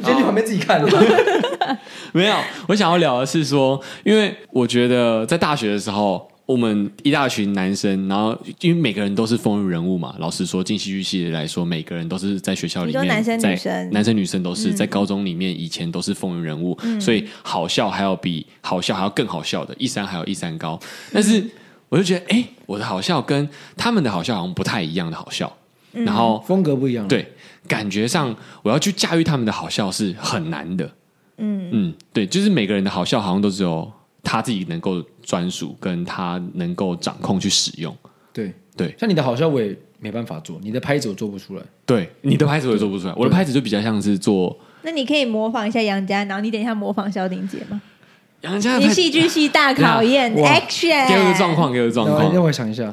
你先去旁边自己看。哦 没有，我想要聊的是说，因为我觉得在大学的时候，我们一大群男生，然后因为每个人都是风云人物嘛。老实说，进戏剧系来说，每个人都是在学校里面，你说男生在女生嗯男生女生都是、在高中里面，以前都是风云人物，所以好笑还有比好笑还要更好笑的，一山还有一山高。但嗯是我就觉得，哎，我的好笑跟他们的好笑好像不太一样的好笑，嗯然后风格不一样，，对，感觉上我要去驾驭他们的好笑是很难的。嗯嗯，对，就是每个人的好笑好像都只有他自己能够专属，跟他能够掌控去使用。对对像你的好笑我也没办法做，你的拍子我做不出来。对，你的拍子我也做不嗯出来，我的拍子就比较像是做那你可以模仿一下杨家，然后你等一下模仿萧鼎姐吗？杨家的你拍戏剧系大考验哇给我个状 action，况，给我个状然哎后让况。我想一下，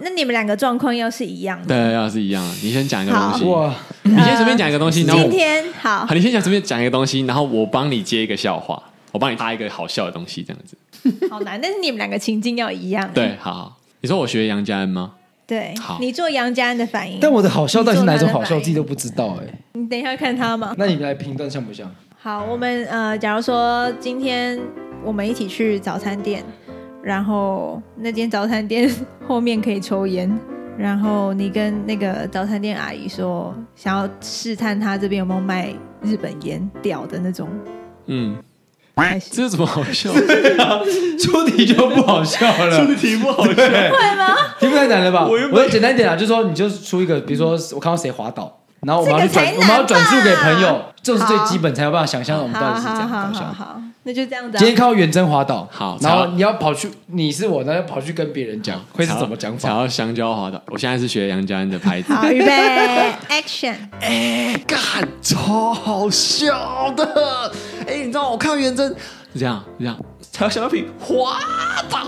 那你们两个状况要是一样的，对，要是一样，你先讲一个东好呃西，哇，你先随便讲一个东西，然后今我天好好，，你先讲随便讲一个东西，然后我帮你接一个笑话，我帮你搭一个好笑的东西，这样子。好难，但是你们两个情境要一样。对，好好，你说我学杨家恩吗？对好，你做杨家人的反应，但我的好笑到底是哪一种好笑，你做哪个反应我自己都不知道哎、你等一下看他吗？那你来评断像不 像？好，我们呃，假如说今天我们一起去早餐店，然后那间早餐店后面可以抽烟，然后你跟那个早餐店阿姨说，想要试探她这边有没有卖日本烟屌的那种，嗯，开始这有什么好 笑？出题就不好笑了，出题不好笑， 会吗？题目太难了吧？我我简单一点啊，就说你就出一个，比如说我看到谁滑倒，然后我们要去转，这我个才们难吧要转述给朋友，这种是最基本才有办法想象我们到好啊底啊是怎好样好搞好笑。好，那就这样子、今天啊。看到远征滑倒，好然查后你要跑去，你是我，然后跑去跟别人讲， 会是怎么讲想法？要香蕉滑倒，我现在是学杨家恩的拍子，啊好，预备，Action！哎干超好笑的。哎、你知道我看袁真这样这样，还有小药品滑倒，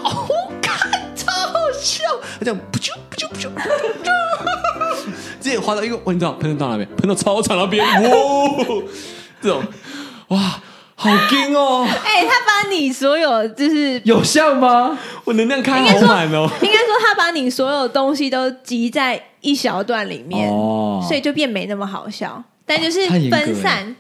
干超好笑，他这样不啾不啾不啾不啾，直接滑到一个，我你知道喷到哪边？喷到操场那 边，哇，这种哇。好惊哦！哎、他把你所有就是有像吗？我能量开好满哦。应该说他把你所有东西都集在一小段里面，哦所以就变没那么好笑。但就是啊太严格了分散，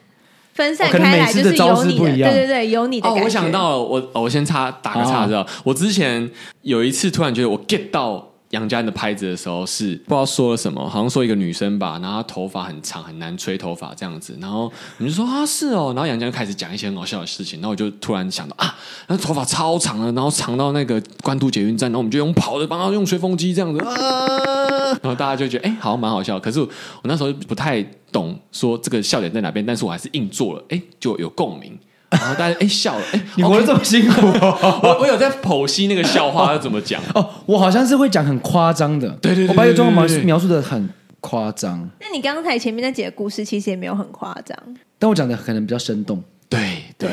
分散哦可能开来每次就的是招有式你不的，一对样对对，有你的哦感，觉。我想到了，我哦我先插打个岔，啊知道、我之前有一次突然觉得我 get 到杨家人的拍子的时候是不知道说了什么，好像说一个女生吧，然后她头发很长，很难吹头发这样子，然后你就说啊是哦，然后杨家就开始讲一些很搞笑的事情，然后我就突然想到啊，那头发超长了，然后长到那个关渡捷运站，然后我们就用跑的帮她用吹风机这样子，啊、然后大家就觉得哎、好像蛮好笑的，可是我我那时候不太懂说这个笑点在哪边，但是我还是硬做了，哎、就有共鸣。然后大家哎、笑了，哎、 你活得这么辛苦哦我我有在剖析那个笑话要怎么 讲，哦，我好像是会讲很夸张的，对对对我把一个状况对对对描描述的很夸张，那你刚才前面那几个故事其实也没有很夸张，但我讲的可能比较生动。对对，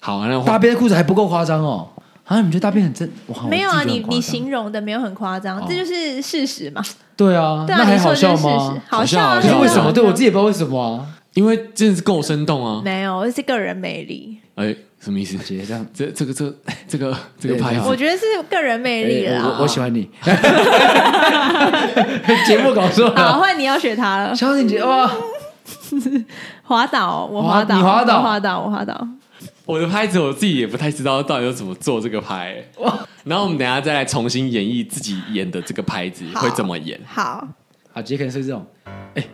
好，那大话便的裤子还不够夸张哦。啊，你们觉得大便很真？哇，哦我没有啊，自己你觉得很夸张你形容的没有很夸张，这就是事实嘛。对啊，对那啊，还你说好的就笑是事实吗？，好笑好啊，可笑是啊为什么？对我自己己也不知道为什么啊。因为真的是够生动啊，没有，是个人魅力，哎，什么意思？姐这样，这这个这这个这个对拍对子我觉得是个人魅力哎啦。我我喜欢你。 节目搞错好，了，换你要学他了，萧敬姐哇，滑倒，我滑滑倒，你滑倒我滑倒，我滑倒。我的拍子我自己也不太知道到底要怎么做这个拍、然后我们等一下再来重新演绎自己演的这个拍子好会怎么演。好，啊，杰克是这种，哎、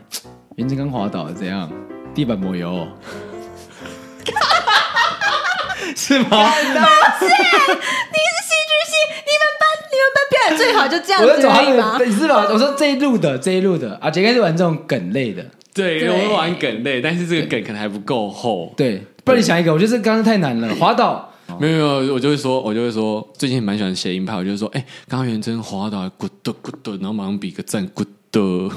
原子刚滑倒了怎样？地板抹油哦、 是吗？戏剧系，你们班你们班表演最好就这样我在子找他而已的，嘛。你是吧？我说这一路的，这一路的啊，杰克是玩这种梗类的，对，对我会玩梗类，但是这个梗可能还不够厚。对，不然你想一个，我觉得这刚刚太难了，滑倒，没有没有，我就会说，我就会说，最近蛮喜欢谐音派，我就会说，哎、刚刚元真滑倒，咕嘟咕嘟，然后马上比个赞，咕嘟，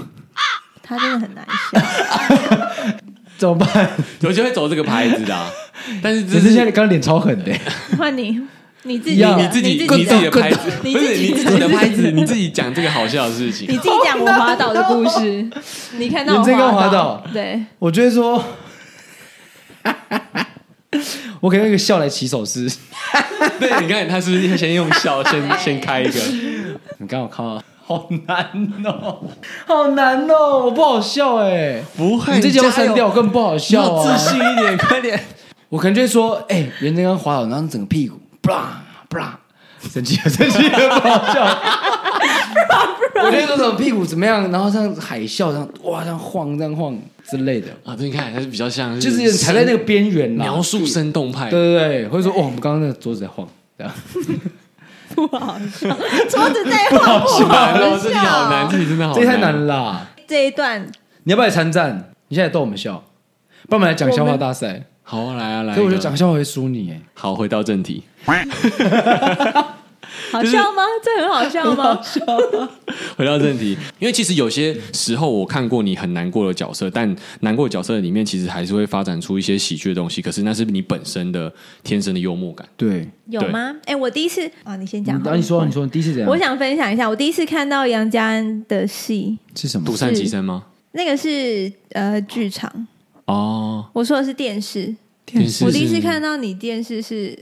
他真的很难笑， 怎么办？ 我就会走这个牌子的啊、但是 只只是是现在刚刚脸超狠的、换你你自己一的样你自己你你自己的讲拍子，你不是自己你自己的拍子，你自己讲这个好笑的事情 你。自己讲我滑倒的故事，你看到我你真跟我滑倒倒，对， 我觉得说， 我可以用一个笑来起手势。 对，你看他是不是先用笑，先先开一个？ 你刚好看到，好难哦，好难哦，我不好笑哎、不会你这节加目油删掉，我更不好笑、你啊、要自信一点，快点！ 我可能就会说，哎、袁振刚滑倒，然后整个屁股，不啦不啦，生气了，生气了，不好笑。 我就说什么屁股怎么样，然后这样海啸，这样哇，这样晃，这样晃之类的，啊，对，你看，还是比较像，就是踩在那个边缘啦描述生动派。对对对，或者说哦，我们刚刚那个桌子在晃，这样。不好笑， 桌子在晃，不完好 了，哦这题好难，啊笑这。题真的好，啊这也太难。了啦！这一段你要不要来参战？你现在逗我们笑，不然我们来讲笑话大赛。好，来啊，来一个。所以我觉得讲笑话会输你哎。好，回到正题。好笑吗？这很好笑吗？ 回到正题，因为其实有些时候我看过你很难过的角色，但难过的角色里面其实还是会发展出一些喜剧的东西，可是那是你本身的天生的幽默感。对，有吗？哎，我第一次啊，你先讲好然后嗯了。你说你说你第一次怎样？我想分享一下，我第一次看到杨家安的戏，是什么独？善其身吗？那个是呃剧场，哦，我说的是电视。电视我第一次是看到你电视是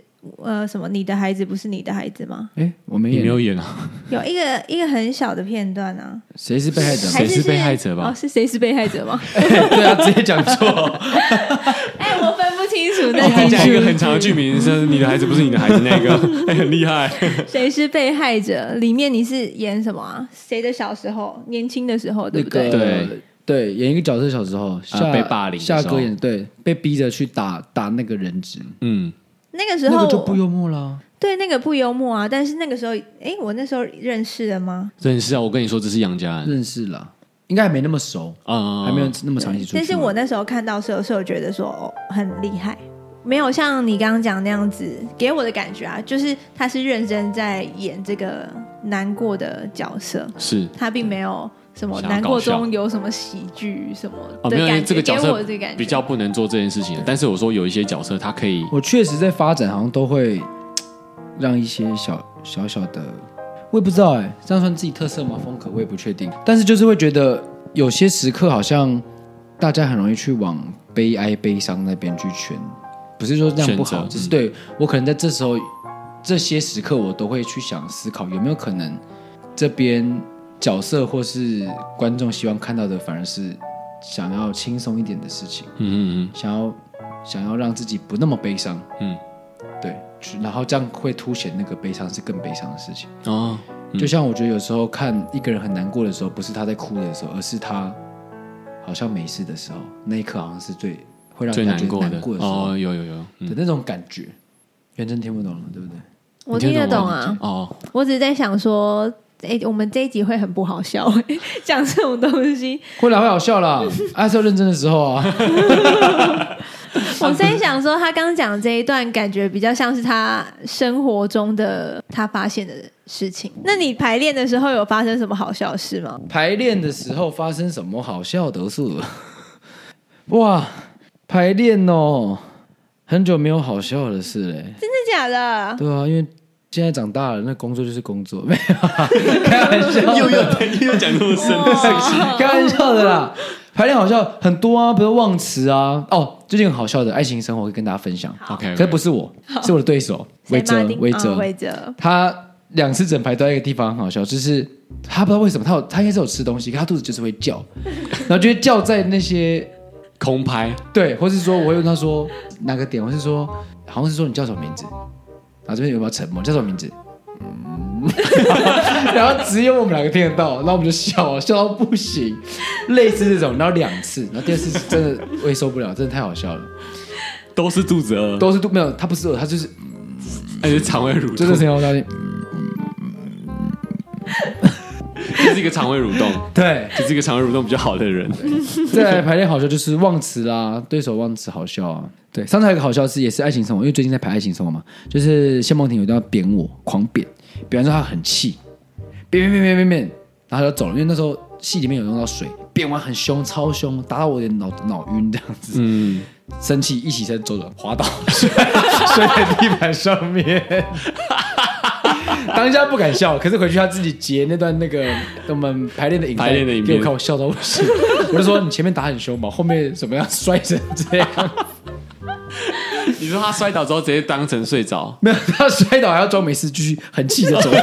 呃什么？你的孩子不是你的孩子吗？哎，我没你没演有，演啊？有一个一个很小的片段啊，谁是被害者？还谁是被害者吧哦，是谁是被害者吗？ 对啊，直接讲错。哎，我分不清楚 那我听个起来一个很长的剧名是“你的孩子不是你的孩子”，那个哎很厉害。谁是被害者里面你是演什么啊？谁的小时候，年轻的时候，对那不个对？对对，啊演一个角色小时候夏被霸凌的时候夏哥演对，被逼着去打打那个人质，嗯，那个时那候个就不幽默啦。对那个不幽默啊，但是那个时候，哎，我那时候认识了吗？真是啊！我跟你说，这是杨家安认识了，应该还没那么熟，啊，还没有那么长一起出去。但是我那时候看到是有是有觉得说、哦、很厉害，没有像你刚刚讲那样子给我的感觉啊，就是他是认真在演这个难过的角色，是他并没有什么想要难过搞笑中有什么喜剧什么哦，的没有，因为感觉，这个角给色我这个感觉比较不能做这件事情。但是我说有一些角色，他可以我确实在发展，好像都会嘖让一些小小小的，我也不知道哎、这样算自己特色吗？风格我也不确定，但是就是会觉得有些时刻好像大家很容易去往悲哀、悲伤那边去选，不是说这样不好，选择只是嗯对我可能在这时候这些时刻，我都会去想思考有没有可能这边角色或是观众希望看到的反而是想要轻松一点的事情。嗯嗯嗯，想要想要让自己不那么悲伤，嗯，对，去然后这样会凸显那个悲伤是更悲伤的事情。哦，嗯就像我觉得有时候看一个人很难过的时候，不是他在哭的时候，而是他好像没事的时候，那一刻好像是最会让最人家觉难得过难的过的时候哦，有有有，嗯的，那种感觉。元真听不懂了，对不对？我你听得懂吗啊，哦，我只是在想说。哎、我们这一集会很不好笑、诶讲这种东西。会来会好 笑啦，还是要认真的时候啊。 我在想说，他刚讲这一段，感觉比较像是他生活中的他发现的事情。那你排练的时候有发生什么好笑的事吗？排练的时候发生什么好笑的 事？哇，排练哦，很久没有好笑的事嘞、真的假的？ 对啊，因为现在长大了，那工作就是工作，没有啊开玩 笑，又又又讲那么深，开玩笑的啦。排练好笑很多啊，比如忘词啊。哦，最近很好笑的爱情生活可以跟大家分享。 OK，可是不是我，是我的对手谁韦哲骂，丁韦哦哲，韦哲，他两次整排都在一个地方很好笑，就是他不知道为什么，他有他应该是有吃东西，可他肚子就是会叫，然后就会叫在那些空拍对，或是说我会问他说哪个点，我是说好像是说你叫什么名字，然后这边有没有沉默？叫什么名字？嗯， 然后只有我们两个听得到，然后我们就笑，笑到不行，类似这种，然后两次，然后第二次是真的我也受不了，真的太好笑了，都是肚子 饿，都是都没有，他不是我，他就是而且肠胃蠕真的动，是要道歉，这是一个肠胃蠕动， 对，这是一个肠胃蠕动比较好的人。再来排练好笑就是忘词啦，对手忘词好笑啊。对，上次还有一个好笑是也是爱情生活，因为最近在排爱情生活嘛，就是谢梦婷有一段要扁我，狂扁，扁完之后她很气，扁扁扁扁扁扁，然后她就走了，因为那时候戏里面有用到水，扁完很凶，超凶，打到我有点脑脑晕这样子，嗯，生气一起身走转滑倒，摔摔在地板上面。当下不敢笑，可是回去他自己截那段那个我们排练的影片排练的影片给我看，我笑到不行。我就说你前面打很凶嘛，后面怎么样摔成这样？你说他摔倒之后直接当成睡着，没有，他摔倒还要装没事，继续很气的走掉。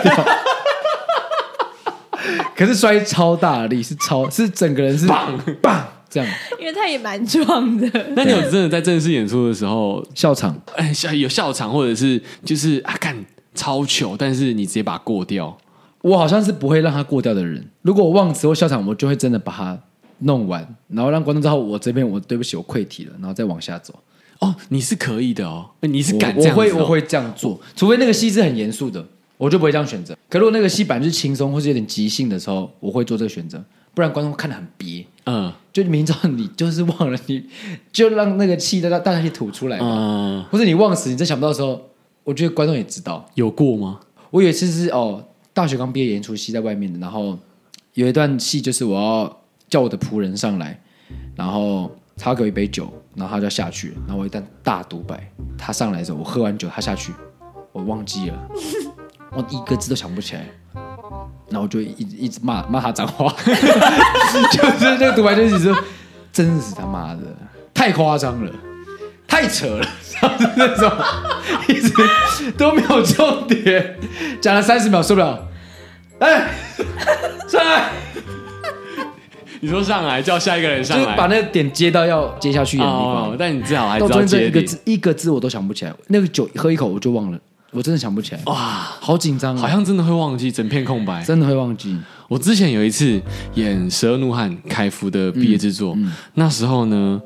可是摔超大力，是超是整个人是棒棒这样因为他也蛮壮的， 那你有真的在正式演出的时候，笑场。哎，笑有笑场，或者是就是啊，干超糗，但是你直接把它过掉，我好像是不会让他过掉的人。如果我忘词或笑场，我就会真的把它弄完，然后让观众知道我这边我对不起，我溃体了，然后再往下走。哦，你是可以的哦，你是我敢这我样子哦会我会这样做，除非那个戏是很严肃的，我就不会这样选择。可如果那个戏本来就是轻松或是有点即兴的时候，我会做这个选择，不然观众看得很憋。嗯就明知道你就是忘了你，就让那个气大家大家去吐出来，嗯，或者你忘词，你真想不到的时候，我觉得观众也知道。有过吗？我有一次是哦，大学刚毕业演出戏在外面的，然后有一段戏就是我要叫我的仆人上来，然后他给我一杯酒，然后他就要下去，然后我一旦大独白，他上来的时候我喝完酒，他下去，我忘记了，我一个字都想不起来。然后我就一直一直骂骂他脏话， 就是那个独白就是一直说，真是他妈的太夸张了，太扯了，就是那种一直都没有重点，讲了三十秒受不了，哎，上来，你说上来叫下一个人就上是来，把那个点接到要接下去演的地哦方，，但你至少还到知中道间这接一个力字一个字我都想不起来，那个酒喝一口我就忘了，我真的想不起来，哇，好紧张啊，好像真的会忘记，整片空白。真的会忘记，我之前有一次演《蛇怒汉》开服的毕业制作，那时候呢，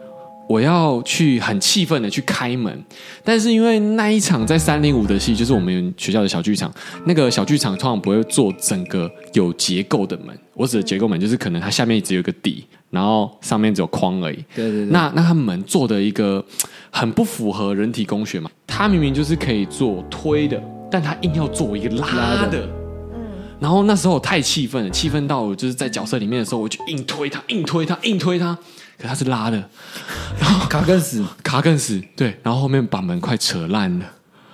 我要去很气愤的去开门，但是因为那一场在三零五的戏，就是我们学校的小剧场，那个小剧场通常不会做整个有结构的门，我指的结构门就是可能它下面只有一个底，然后上面只有框而已。对对对，那那他们做的一个很不符合人体工学嘛，他明明就是可以做推的，但他硬要做一个拉拉的的。嗯然后那时候我太气愤了，气愤到我就是在角色里面的时候，我就硬推他，硬推他，硬推他，可他是拉的， 卡更死，卡更死。对，然后后面把门快扯烂了，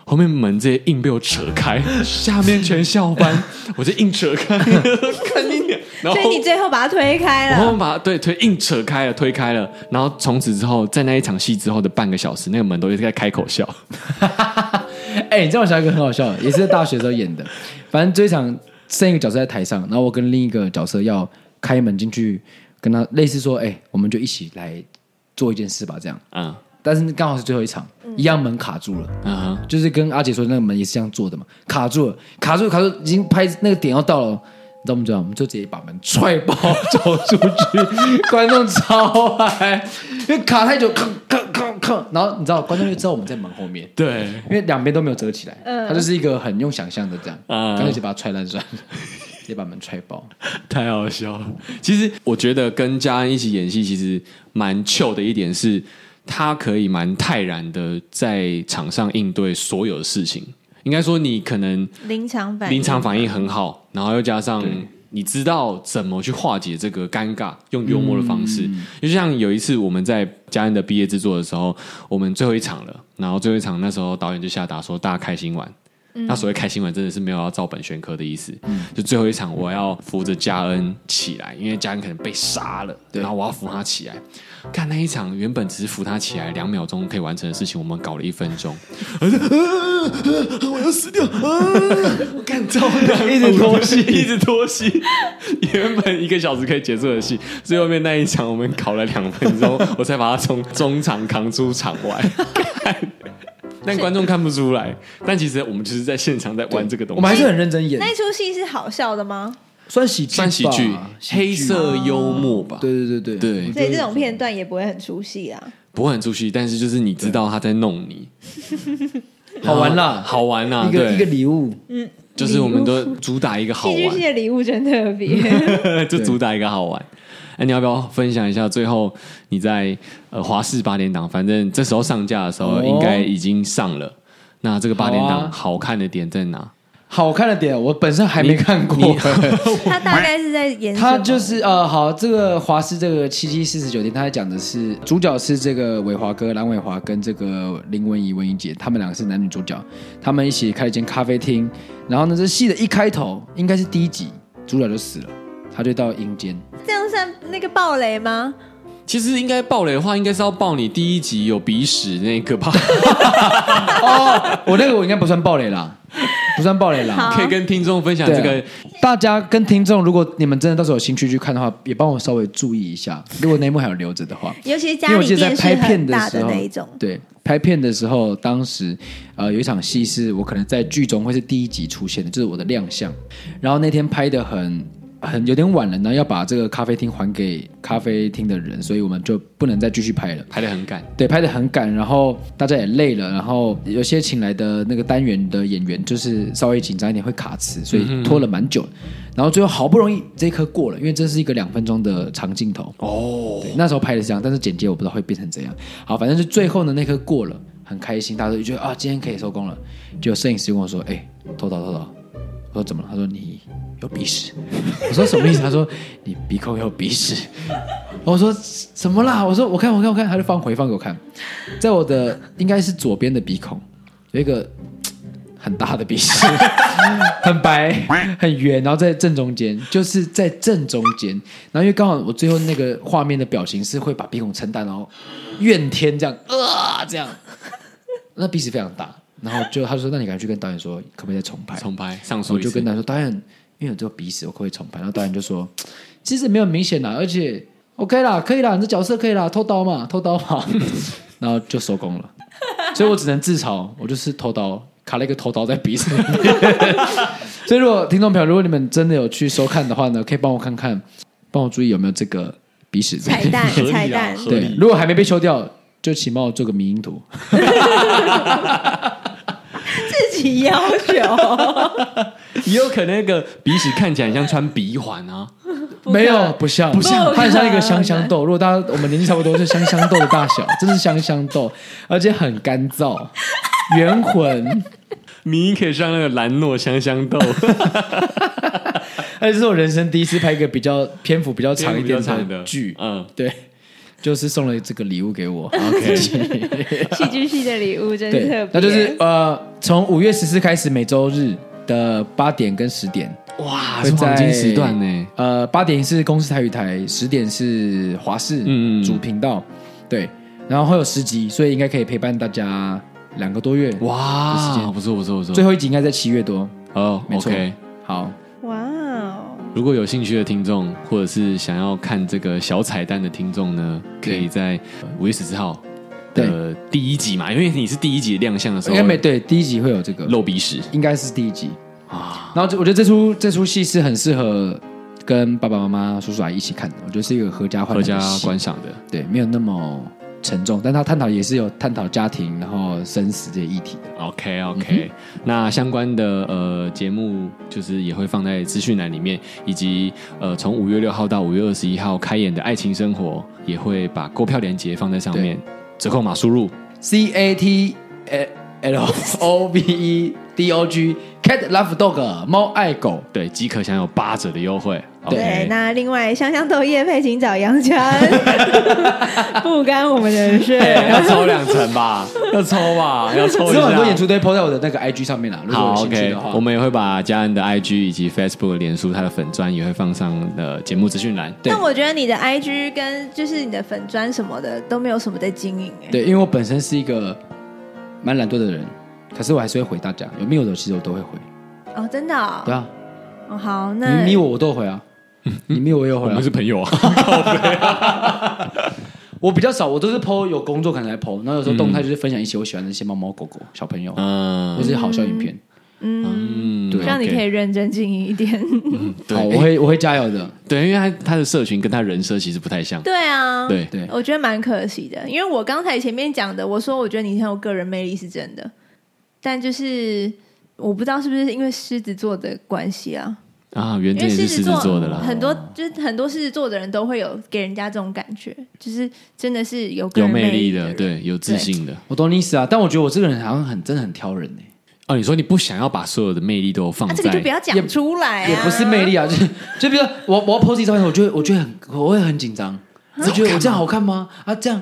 后面门直接硬被我扯 开，下面全校班，我就硬扯开，看你脸。然后 所以你最后把他推开然后我了。们把它对推硬扯开了，推开了，然后从此之后，在那一场戏之后的半个小时，那个门都一直在开口笑。哎、你知道我想到一个很好笑的，也是在大学的时候演的。反正这一场剩一个角色在台上，然后我跟另一个角色要开门进去，跟他类似说，哎、我们就一起来做一件事吧，这样。嗯但是刚好是最后一场，一样门卡住了，嗯哼，就是跟阿姐说的那个门也是这样做的嘛，卡住了，卡住了，卡住了，已经拍那个点要到了哦。你知道我们怎么样？我们就直接把门踹爆走出去， 观众超嗨，因为卡太久，吭吭吭吭，然后你知道观众就知道我们在门后面，对，因为两边都没有折起来，嗯它就是一个很用想象的这样，嗯干脆就把它踹烂算了， 直接把门踹爆。太好笑了。其实我觉得跟家人一起演戏，其实蛮 chill 的一点是，他可以蛮泰然的在场上应对所有的事情。应该说，你可能临场反应，临场反应很好，然后又加上你知道怎么去化解这个尴尬，用幽默的方式。嗯就像有一次我们在家人的毕业制作的时候，我们最后一场了，然后最后一场那时候导演就下达说大家开心玩。嗯那所谓开心玩，真的是没有要照本宣科的意思。就最后一场，我要扶着嘉恩起来，因为嘉恩可能被杀了，然后我要扶他起来。看那一场，原本只是扶他起来两秒钟可以完成的事情，我们搞了一分 钟。呃我要死掉！呃我干超难，一直拖戏，一直拖戏。原本一个小时可以结束的戏，最后面那一场我们搞了两分钟，我才把它从中场扛出场外。但观众看不出来。但其实我们就是在现场在玩这个东我们还西，是很认真演，那一出戏是好笑的吗？算喜剧吧，算喜剧，黑剧色幽默吧。对对对对，对，所以这种片段也不会很出戏啊。不会很出戏，但是就是你知道他在弄你，好玩啦，好玩啦，一个一对，个礼物，就是我们都主打一个好戏剧系玩，的礼物真特别， 就主打一个好玩。哎、你要不要分享一下？最后你在呃华视八点档，反正这时候上架的时候哦应该已经上了。那这个八点好档啊好看的点在哪？好看的点，我本身还没看过。他大概是在演什他么就是呃，好，这个华师这个呃七七四十九天，他在讲的是主角是这个伟华哥蓝伟华跟这个林文怡文怡姐，他们两个是男女主角，他们一起开了一间咖啡厅。然后呢，这戏的一开头应该是第一集，主角就死了，他就到阴间。这样算那个暴雷吗？ 其实应该爆雷的话，应该是要爆你第一集有鼻屎那个吧，哦，我那个我应该不算暴雷啦，不算暴雷啦好。可以跟听众分享这啊对个啊大家跟听众，如果你们真的到时候有兴趣去看的话，也帮我稍微注意一下，如果那一幕还有留着的话。尤其是因为家我里记得在电视拍片很的大时的候那一种，对，拍片的时候，当时呃有一场戏是我可能在剧中会是第一集出现的，就是我的亮相。然后那天拍的很很有点晚了，然后要把这个咖啡厅还给咖啡厅的人，所以我们就不能再继续拍了。拍的很赶，对，拍的很赶，然后大家也累了，然后有些请来的那个单元的演员就是稍微紧张一点会卡词，所以拖了蛮久的。然后最后好不容易这一刻过了，因为这是一个两分钟的长镜头哦。对，那时候拍的是这样，但是剪接我不知道会变成怎样。好，反正就最后呢那刻过了，很开心，大家都觉得啊今天可以收工了。结果摄影师就跟我说：“哎、偷刀偷刀。”我说：“怎么了？”他说：“你有鼻屎。” 我说：“什么意思？”他说：“你鼻孔有鼻屎。” 我说什么啦？我说我看我看我看，他就放回放给我看，在我的应该是左边的鼻孔有一个很大的鼻屎， 很白很圆，然后在正中间，就是在正中间。然后因为刚好我最后那个画面的表情是会把鼻孔撑大，然后怨天这样啊、这样，那鼻屎非常大。然后就他就说，那你赶快去跟导演说，可不可以再重拍？重拍上我诉一就跟次。他说，导演，因为有这个鼻屎，我可不可以重拍？然后导演就说，其实没有明显啦，而且 OK 啦，可以啦，你这角色可以啦，偷刀嘛，偷刀嘛， 然后就收工了。所以我只能自嘲，我就是偷刀，卡了一个头刀在鼻子里面。 所以如果听众朋友，如果你们真的有去收看的话呢，可以帮我看看，帮我注意有没有这个鼻屎在彩里面。蛋合理啊彩蛋，合对，理。如果还没被修掉，就请帮我做个迷因图。自己要求也有可能那个鼻屎看起来很像穿鼻环啊，不没可有，不像，不像它很像一个香香豆。如果大家我们年纪差不多，是香香豆的大小，真是香香豆，而且很干燥，圆浑，你可以像那个兰诺香香豆。而且这是我人生第一次拍一个比较篇幅比较长一点篇幅比较长的剧，嗯嗯，对，就是送了这个礼物 给我。戏剧系的礼物真特对别，，那就是呃，从五月十四开始，每周日的八点跟十点，哇，会啊是在黄金时段呢。呃，八点是公司台语台，十点是华视嗯主频道，对，然后会有十集，所以应该可以陪伴大家两个多月。这时哇，间不错不错不错，最后一集应该在七月多。哦没错，OK。好，哇哦，如果有兴趣的听众，或者是想要看这个小彩蛋的听众呢，可以在五月十四号的第一集嘛，因为你是第一集亮相的时应候该没对第一集会有这个，漏鼻屎应该是第一集啊。然后这我觉得这出这出戏是很适合跟爸爸妈妈、叔叔阿姨一起看的，我觉得是一个合家欢合的家戏观赏的。对，没有那么沉重，但他探讨也是有探讨家庭然后生死这些议题的。 OK 嗯 OK，、那相关的呃节目就是也会放在资讯栏里面，以及呃从五月六号到五月二十一号开演的《爱情生活》也会把购票链接放在上面，折扣码输入 C A T L O V E D O G Cat Love Dog 猫爱狗，对即可享有八折的优惠。对 OK，，那另外香香豆叶配，请找杨家 恩，不干我们的事。哎要抽两层吧，要抽吧，要抽一之下。后很多演出都会 PO 在我的那个 IG 上面啦。如果有好兴趣，OK，的话，我们也会把家人的 IG 以及 Facebook、脸书它的粉砖也会放上呃节目资讯栏。对但我觉得你的 IG 跟就是你的粉砖什么的都没有什么在经营哎，对，因为我本身是一个蛮懒惰的人，可是我还是会回大家，有密我的其实我都会回。哦，真的哦，对啊，哦好，那你 密我我都回啊，你密我也有我回啊们是。朋友啊，我比较少，我都是 PO 有工作可能才 PO，然后有时候动态就是分享一些我喜欢的一些猫猫狗狗、小朋友，或嗯是好笑影片。嗯，这样你 OK 可以认真经营一点。好，对我会我会加油的。对，因为他他的社群跟他人设其实不太像， 对啊，对对我觉得蛮可惜的，因为我刚才前面讲的，我说我觉得你很有个人魅力是真的，但就是我不知道是不是因为狮子座的关系啊，啊，袁因真为也狮是狮子座的啦，很多就是很多狮子座的人都会有给人家这种感觉，就是真的是有个有人魅力力的，人，对，有自信的。我懂你意思啊，但我觉得我这个人好像很真的很挑人哎、哦，你说你不想要把所有的魅力都放啊，这个就不在，要讲出来、啊，也不是魅力啊，就是就比如说我我要 PO 自己照片，我就会我就会很我会很紧张，我觉得我这样好看吗？啊，这样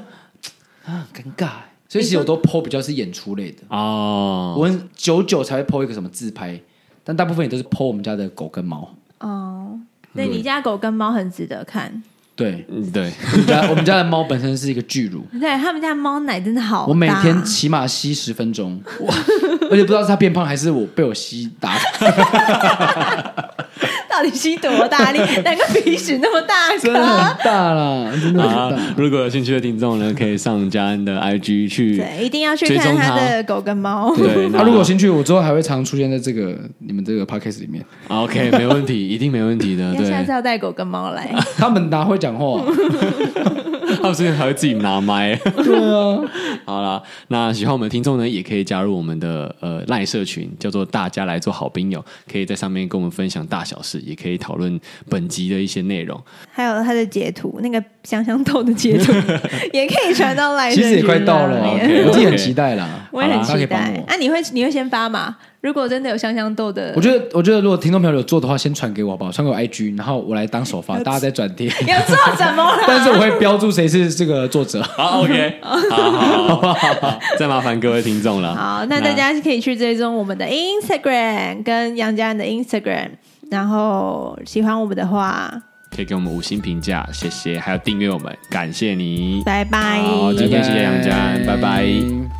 啊很尴尬欸、所以其实我都 PO 比较是演出类的，哦，我很久久才会 PO 一个什么自拍，但大部分也都是 PO 我们家的狗跟猫。哦。对你家狗跟猫很值得看，对，嗯对，我们家我们家的猫本身是一个巨乳，对他们家猫奶真的好大，我每天起码吸十分钟，哇！而且不知道是它变胖还是我被我吸打。 到底吸多 大力？哪个鼻屎那么大颗？真的很大啦，真的很大。啊，如果有兴趣的听众呢，可以上嘉恩的 IG 去对，一定要去追看踪他他的狗跟猫。对那啊他、如果有兴趣，我之后还会常出现在这个你们这个 podcast 里面。啊，OK，没问题，一定没问题的。要下次对，要带狗跟猫 来，他们哪会讲 话？ 他们甚至还会自己拿麦。对啊， 好啦，那喜欢我们的听众呢，也可以加入我们的呃赖社群，叫做“大家来做好兵友”，可以在上面跟我们分享大小事，也可以讨论本集的一些内容。还有他的截图，那个香香豆的 截图也可以传到来。其实也快到了，啊里 OK，OK 面 我自己很期待啦。 我也很好啦大家可期以帮待我。那、你会你会先发吗？如果真的有香香豆的，我觉得，我觉得如果听众朋友有做的话，先传给我好不好？传给我 IG，然后我来当首 发，大家再转贴。 要做什么啦？但是我会标注谁是这个作者。好，OK，好 好好好，再麻烦各位听众了。好，那大家可以去追踪我们的 Instagram 跟杨家人的 Instagram，然后喜欢我们的话，可以给我们五星评价，谢谢，还有订阅我们，感谢你。拜拜。好，今天谢谢杨家，拜拜。